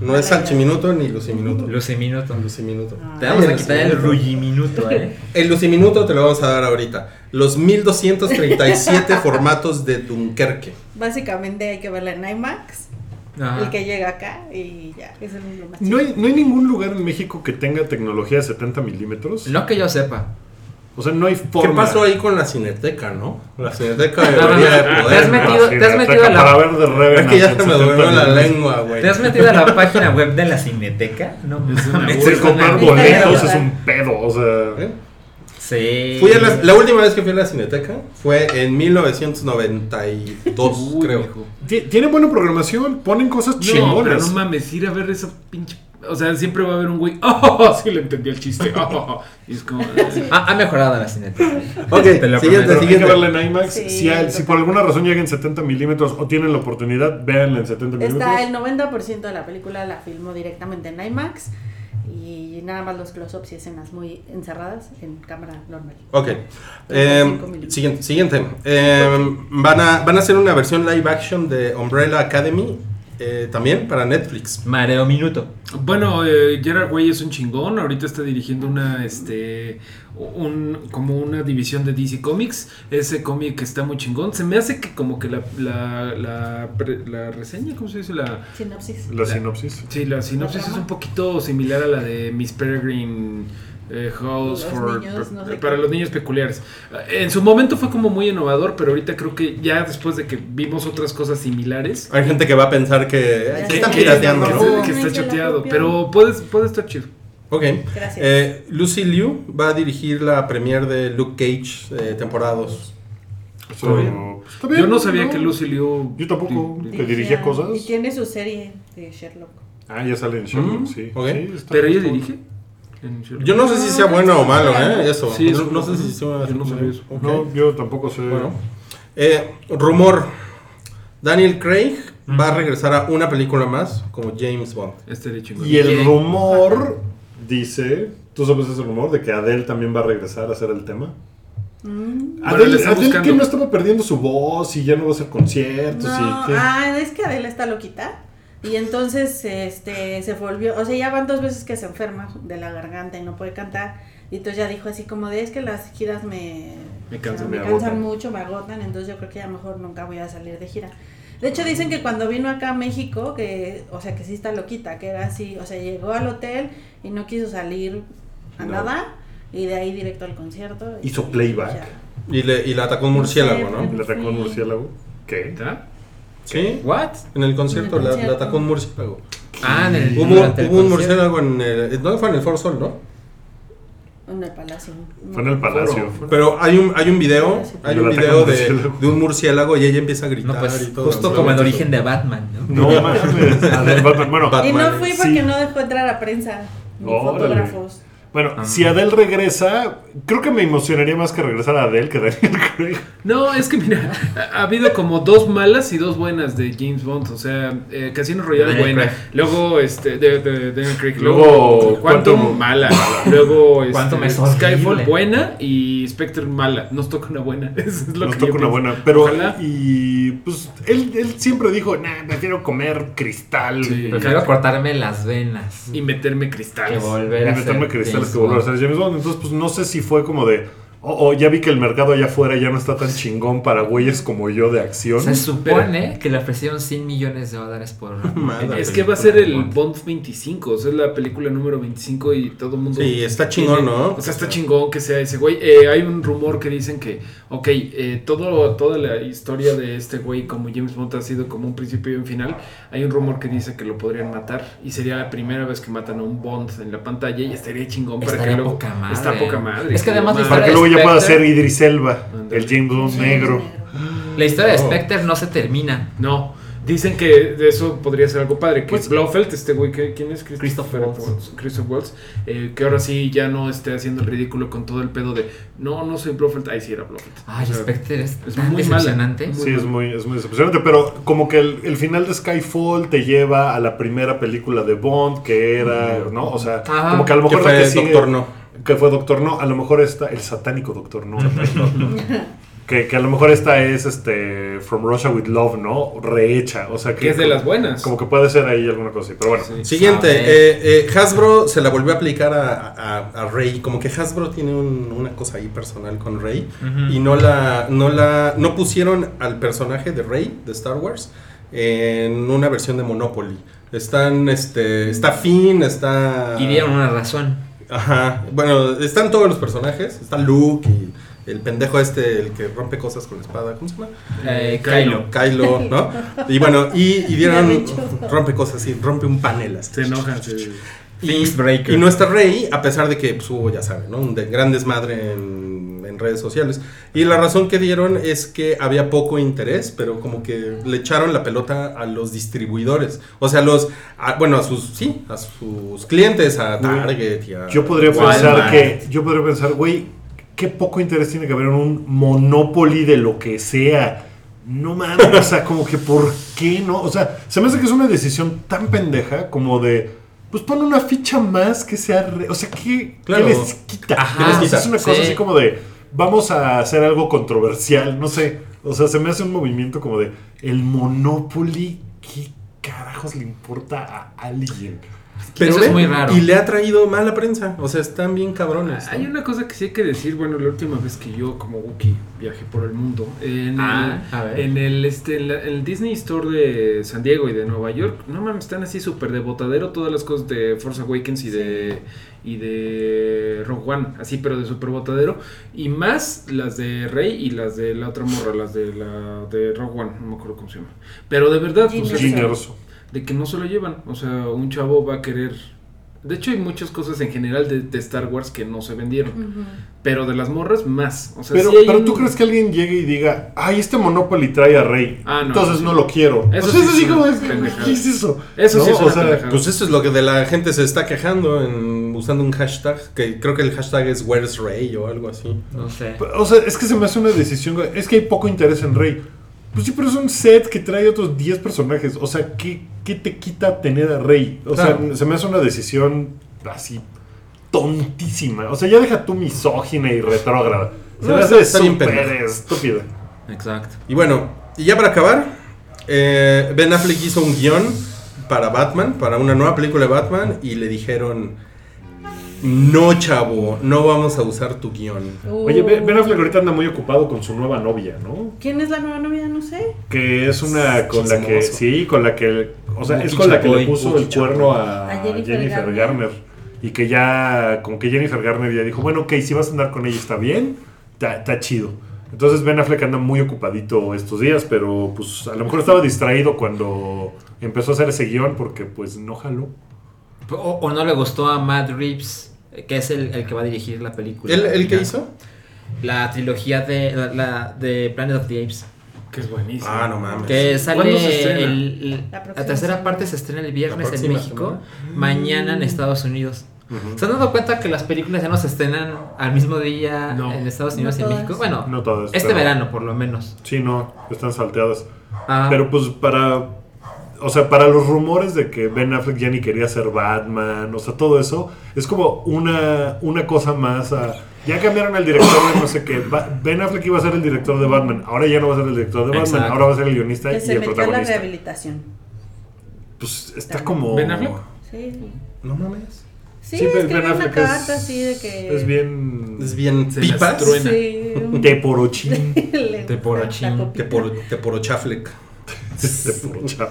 No es salchiminuto ni luciminuto. Luciminuto. Luciminuto. Te vamos Ay, a quitar el luciminuto. rulliminuto, eh. El luciminuto te lo vamos a dar ahorita. Los 1237 formatos de Dunkerque. Básicamente hay que verla en IMAX, Ajá. el que llega acá y ya, es el único más No hay, no hay ningún lugar en México que tenga tecnología de 70 milímetros. No que yo sepa. O sea, no hay ¿Qué forma. pasó ahí con la cineteca, no? La cineteca No, no, debería no, te de has poder. metido- ¿no? Ah, sí, te has la metido ataca a la- Para ver de Es Revenant que en ya se me durmió 70 la milímetros. lengua, güey. ¿Te has metido a la página web de la Cineteca? No, mames, burla. es Sí, una comprar burla. boletos es un pedo, o sea. ¿Eh? Sí. Fui a la, la última vez que fui a la cineteca fue en 1992, Uy, creo. hijo. Ti- Tiene buena programación, ponen cosas No, pero no chingonas. mames, ir a ver esa pinche. O sea, siempre va a haber un güey. ¡Oh! Sí, le entendí el chiste. ¡Oh! Y es como. eh, Ah, Ha, ha mejorado la Cineteca. Ok, Te lo siguiente, Pero hay que prometo. siguiente. verla en IMAX. Sí, si, hay- si por totalmente. alguna razón llega en 70 milímetros o tienen la oportunidad, véanla en 70 Está el milímetros. 90% de la película la filmó directamente en IMAX y nada más los close-ups y escenas muy encerradas en cámara normal. Ok. Eh, Cinco minutos. siguiente. siguiente. Eh, van, a, van a hacer una versión live action de Umbrella Academy eh, también para Netflix. Mareo minuto. Bueno, eh, Gerard Way es un chingón. Ahorita está dirigiendo una. Este. Un, como una división de DC Comics. Ese cómic está muy chingón. Se me hace que, como que la. La, la, pre- la reseña, ¿cómo se dice? La. Sinopsis. La sinopsis. Sí, la sinopsis es un poquito similar a la de Miss Peregrine eh, House Los for- niños, no sé para qué. los niños peculiares. Eh, En su momento fue como muy innovador, pero ahorita creo que ya después de que vimos otras cosas similares, Hay gente que va a pensar que "Ay, se Que- están que- pirateando. que- No, que está se la choteado, copiaron. pero puedes, puede estar chido. Ok. Gracias. Eh, Lucy Liu va a dirigir la premiere de Luke Cage, eh, temporada 2. So, bien. pues, está bien, Yo no sabía que Lucy Liu... Yo tampoco. di- di- Que dirigía cosas. Y tiene su serie de Sherlock. Ah, ya sale en Sherlock, Mm, sí. ok. Sí, está- Pero ella está- dirige. en Sherlock. Yo no sé Ah, si sea bueno o malo, ¿eh? Eso. Sí, no, es- no sé si sea yo no sabía eso. Ok. No, yo tampoco sé. Bueno. Eh, rumor. Daniel Craig va a regresar a una película más como James Bond. Este de chingón. Y el Bien. rumor dice, ¿tú sabes ese rumor de que Adele también va a regresar a hacer el tema? Mm. Bueno, Adele, le está Adele buscando. que no estaba perdiendo su voz y ya no va a hacer conciertos No, y que... ah, es que Adela está loquita. Y entonces este se volvió, o sea, ya van dos veces que se enferma de la garganta y no puede cantar. Y entonces ya dijo así como de es que las giras me, Me cansan, o sea, me agotan". cansan mucho, me agotan, entonces yo creo que a lo mejor nunca voy a salir de gira. De hecho dicen que cuando vino acá a México, que, o sea, que sí está loquita, que era así, o sea, llegó al hotel y no quiso salir a No. nada y de ahí directo al concierto. Hizo y- y playback. ya. Y le, y la atacó un murciélago, ¿no? Le atacó un murciélago. ¿Qué? ¿Está? Sí. ¿What? En el concierto En el la, concierto. la atacó un murciélago. Ah, en el. Hubo, durante el hubo un concierto. murciélago en el. No fue en el Foro Sol, ¿no? En el palacio. Fue en el palacio. Pero hay un, hay un video, hay Yo un la ataco un video de, murciélago. de un murciélago y ella empieza a gritar No, y pues todo. justo como el origen de Batman, ¿no? No mames. Adele Batman. Bueno, Bat- Y no fui porque Sí. no dejó entrar a prensa ni Órale. fotógrafos. bueno si Adele regresa, creo que me emocionaría más que regresar a Adele que Daniel Craig. No, es que mira, ha ha habido como dos malas y dos buenas de James Bond. O sea, eh, Casino Royale Daniel buena. Craig. Luego, este, de, de- de Daniel Craig. Luego, Luego, Quantum, Quantum. mala. Luego, este, Quantum es Skyfall horrible. buena y Spectre mala. Nos toca una buena. Eso es lo Nos que toca yo una pienso. buena. Pero, Ojalá. y pues, él, él siempre dijo, nah, prefiero comer cristal. Sí. Prefiero cortarme las venas. Y meterme Que cristales. volver a Y meterme ser cristales James que volver a Bond. ser James Bond. Entonces, pues no sé si fue como de, Oh, oh, ya vi que el mercado allá afuera ya no está tan chingón para güeyes como yo de acción. Se supone que le ofrecieron 100 millones de dólares por. Madre. Es que va a ser el Bond 25, o sea, es la película número 25 y todo el mundo... Sí, está chingón, tiene- ¿no? O sea, está chingón que sea ese güey. Eh, hay un rumor que dicen que, ok, eh, todo, toda la historia de este güey como James Bond ha sido como un principio y un final. Hay un rumor que dice que lo podrían matar y sería la primera vez que matan a un Bond en la pantalla y estaría chingón para Estaría que luego... poca madre. Está poca madre. Es que además Para la historia que luego ya pueda Spectre- ser Idris Elba, Ándale. el James Bond negro. La historia de Oh. Spectre no se termina. No, dicen que de eso podría ser algo padre. Que Pues- Blofeld, este güey, que- ¿quién es? Christopher Waltz. Christopher Waltz, eh, que ahora sí ya no esté haciendo el ridículo con todo el pedo de, no, no soy Blofeld, ahí sí era Blofeld. Ay, O sea, Spectre es, es tan muy mala. decepcionante. Muy Sí, es mal. muy, es muy decepcionante, pero como que el, el final de Skyfall te lleva a la primera película de Bond, que era, ¿no? O sea, Ajá. como que a lo Que mejor la fue que sigue- Doctor No. Que fue Doctor No, a lo mejor está el satánico Doctor No. que, que a lo mejor esta es este From Russia with Love, ¿no? Rehecha, o sea que Que es de las buenas. Como que puede ser ahí alguna cosa, así, pero bueno. Sí. Siguiente, Sabe. eh, eh, Hasbro se la volvió a aplicar a, a- a Rey. Como que Hasbro tiene un- una cosa ahí personal con Rey. Ujú. Y no la, no la. No pusieron al personaje de Rey de Star Wars en una versión de Monopoly. Están, este. Está Finn, está. Y dieron una razón. Ajá. Bueno, están todos los personajes. Está Luke y el pendejo este, el que rompe cosas con la espada. ¿Cómo se llama? Eh, Eh, Kylo. Kylo, ¿no? Y bueno, y, y Ya dieron. dicho. Rompe cosas así, rompe un panel así. Se enojan. se- Y, Breaker. y no está Rey, a pesar de que pues, hubo, ya saben, ¿no? un de- gran desmadre en, en redes sociales. Y la razón que dieron es que había poco interés, pero como que le echaron la pelota a los distribuidores. O sea, los, a- bueno, a sus, sí, a sus clientes, a Target y a Yo podría Walmart. pensar que, yo podría pensar, güey, qué poco interés tiene que haber en un Monopoly de lo que sea. No mames, o sea, como que ¿por qué no? O sea, se me hace que es una decisión tan pendeja como de, pues pon una ficha más que sea, re- o sea, ¿qué, qué Claro. les quita? Ajá, ¿Qué les quita? Es sí. una cosa así como de, vamos a hacer algo controversial, no sé. O sea, se me hace un movimiento como de, el Monopoly, ¿qué carajos le importa a alguien? Eso es muy raro. Y le ha traído mala prensa. O sea, están bien cabrones. ¿no? Hay una cosa que sí hay que decir, bueno, la última vez que yo como Wookiee viajé por el mundo, en, Ah, el, a ver. en el, este, en la- en el Disney Store de San Diego y de Nueva York, no mames, están así súper de botadero todas las cosas de Force Awakens y de y de Rogue One, así pero de súper botadero, y más las de Rey y las de la otra morra, las de la de Rogue One, no me acuerdo cómo se llama. Pero de verdad, Gina pues, Erso. este, Gina Erso. de que no se lo llevan. O sea, un chavo va a querer. De hecho, hay muchas cosas en general de, de Star Wars que no se vendieron. Pero de las morras, más. O sea, Pero, sí hay pero un- tú crees que alguien llegue y diga, ay, este Monopoly trae a Rey. Ah, no, entonces sí. no lo quiero. Eso o sea, sí es así es una como, de, pendejada. ¿qué es eso? Eso sí No, es o una sea, pendejada. Pues eso es lo que de la gente se está quejando en, usando un hashtag, que creo que el hashtag es Where's Rey o algo así. No sé. O sea, es que se me hace una decisión, güey. es que hay poco interés en Rey. Pues sí, pero es un set que trae otros 10 personajes. O sea, ¿qué, qué te quita tener a Rey? O Claro. sea, se me hace una decisión así tontísima. O sea, ya deja tú misógina y retrógrada. Se No, me está- hace está bien súper pendeja. estúpida. Exacto. Y bueno, y ya para acabar, eh, Ben Affleck hizo un guión para Batman, para una nueva película de Batman, y le dijeron, no chavo, no vamos a usar tu guión. Oye, Ben Ben Affleck ahorita anda muy ocupado con su nueva novia, ¿no? ¿Quién es la nueva novia? No sé. Que es una con la que, Chismoso. sí, con la que, o sea, Wookie es con la que le Chapoy, puso Wookie el cuerno a, A Jennifer, Jennifer Garner. Garner. Y que ya, como que Jennifer Garner ya dijo, bueno, ok, si vas a andar con ella está bien, está está chido. Entonces Ben Affleck anda muy ocupadito estos días, pero pues a lo mejor estaba distraído cuando empezó a hacer ese guión porque pues no jaló. O, o no le gustó a Matt Reeves, que es el, el que va a dirigir la Pues película. ¿El, el que La- hizo? La trilogía de, la, la- de Planet of the Apes. Que es buenísimo. Ah, no mames. Que ¿Cuándo se sale estrena? el- el- La la, próxima tercera semana. Mm. parte se estrena el viernes La en próxima México, semana. mañana en Estados Unidos. ¿Se han dado cuenta que las películas ya no se estrenan al mismo día No. en Estados Unidos No y en todas. México? Bueno, No todas, este pero- verano por lo menos. Sí, no, están salteadas. Ah, Pero pues para. O sea, para los rumores de que Ben Affleck ya ni quería ser Batman, o sea, todo eso, es como una, una cosa más. a- ya cambiaron al director de no sé qué. Ba- Ben Affleck iba a ser el director de Batman, ahora ya no va a ser el director de Batman, Exacto. ahora va a ser el guionista Que y se el metió a la protagonista. rehabilitación. Pues está como. ¿Ben Affleck? Sí. No mames. Sí, Sí, pero escribí Ben una Affleck es- carta así de que. Es bien. Es bien Se pipas. las truena. Sí. un- Te porochín. le Te gusta porochín, la copita. Te, por, te porochaflec. Te porochar.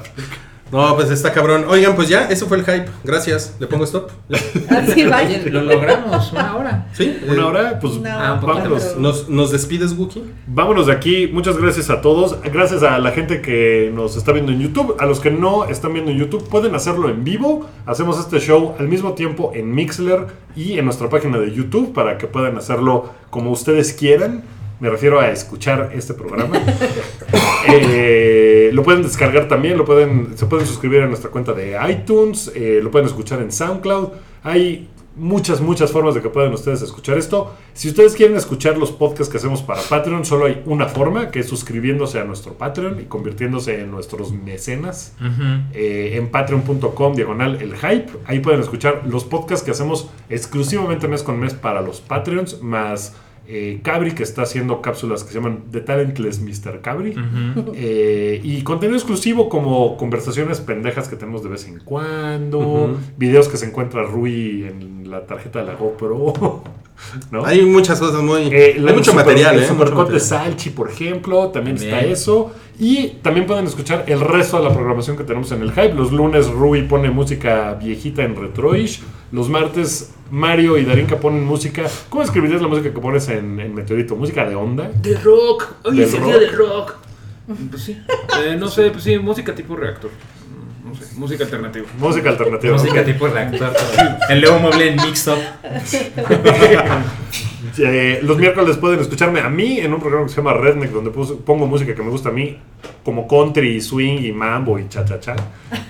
No, pues está cabrón. Oigan, pues ya, eso fue el hype. Gracias. ¿Le pongo stop? ¿Ya? Así va. Oye, lo logramos, una hora. ¿Sí? eh, Una hora, pues No, Ah, un poquito vámonos. pero- ¿Nos, nos despides, Wookie? Vámonos de aquí. Muchas gracias a todos. Gracias a la gente que nos está viendo en YouTube. A los que no están viendo en YouTube, pueden hacerlo en vivo. Hacemos este show al mismo tiempo en Mixler y en nuestra página de YouTube para que puedan hacerlo como ustedes quieran. Me refiero a escuchar este programa. Eh, lo pueden descargar también, lo pueden, se pueden suscribir a nuestra cuenta de iTunes, eh, lo pueden escuchar en SoundCloud. Hay muchas, muchas formas de que puedan ustedes escuchar esto. Si ustedes quieren escuchar los podcasts que hacemos para Patreon, solo hay una forma, que es suscribiéndose a nuestro Patreon y convirtiéndose en nuestros mecenas eh, en patreon.com diagonal el hype. Ahí pueden escuchar los podcasts que hacemos exclusivamente mes con mes para los Patreons, más eh, Cabri que está haciendo cápsulas que se llaman The Talentless Mr. Cabri. Eh, y contenido exclusivo como conversaciones pendejas que tenemos de vez en cuando, Ujú. videos que se encuentra Rui en la tarjeta de la GoPro. ¿no? Hay muchas cosas muy... Eh, hay la- mucho el super- material, el ¿eh? supercut Mucho de material. Salchi, por ejemplo, también, También. está eso. Y también pueden escuchar el resto de la programación que tenemos en el Hype. Los lunes Ruby pone música viejita en Retroish. Los martes Mario y Darinka ponen música. ¿Cómo escribirías la música que pones en, en Meteorito? ¿Música de onda? De rock. Hoy Del es el rock. día del rock. Pues sí. Eh, no sé, pues sí, música tipo reactor. Mm, No sé, música alternativa. Música alternativa. Música tipo reactor. El nuevo mueble en mix-up. Eh, los miércoles pueden escucharme a mí en un programa que se llama Redneck, donde pus- pongo música que me gusta a mí, como country, swing y mambo y cha-cha-cha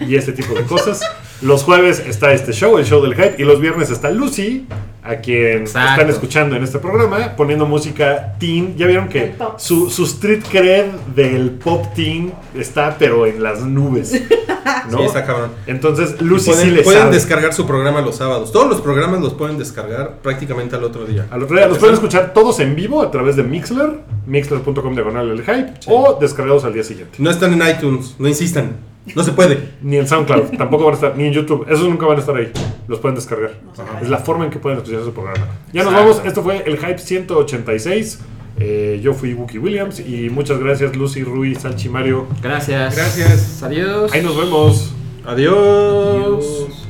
y este tipo de cosas. Los jueves está este show, el show del hype, y los viernes está Lucy, a quien Exacto. están escuchando en este programa, poniendo música teen. Ya vieron que El pop. su, su street cred del pop teen está, pero en las nubes. ¿no? Sí, está cabrón. Entonces, Lucy pueden sí le pueden sabe. descargar su programa los sábados. Todos los programas los pueden descargar prácticamente al otro día. Al otro día los pueden escuchar todos en vivo a través de Mixler, mixler.com diagonal el hype, o descargados al día siguiente. No están en iTunes, no insistan. No se puede. Ni en SoundCloud, tampoco van a estar, ni en YouTube. Esos nunca van a estar ahí. Los pueden descargar. Ajá. Es la forma en que pueden escuchar su programa. Ya nos Exacto. vamos. Esto fue el Hype 186. Eh, yo fui Wookie Williams y muchas gracias Lucy, Rui, Salchi, Mario. Gracias. Gracias. Adiós. Ahí nos vemos. Adiós. Adiós.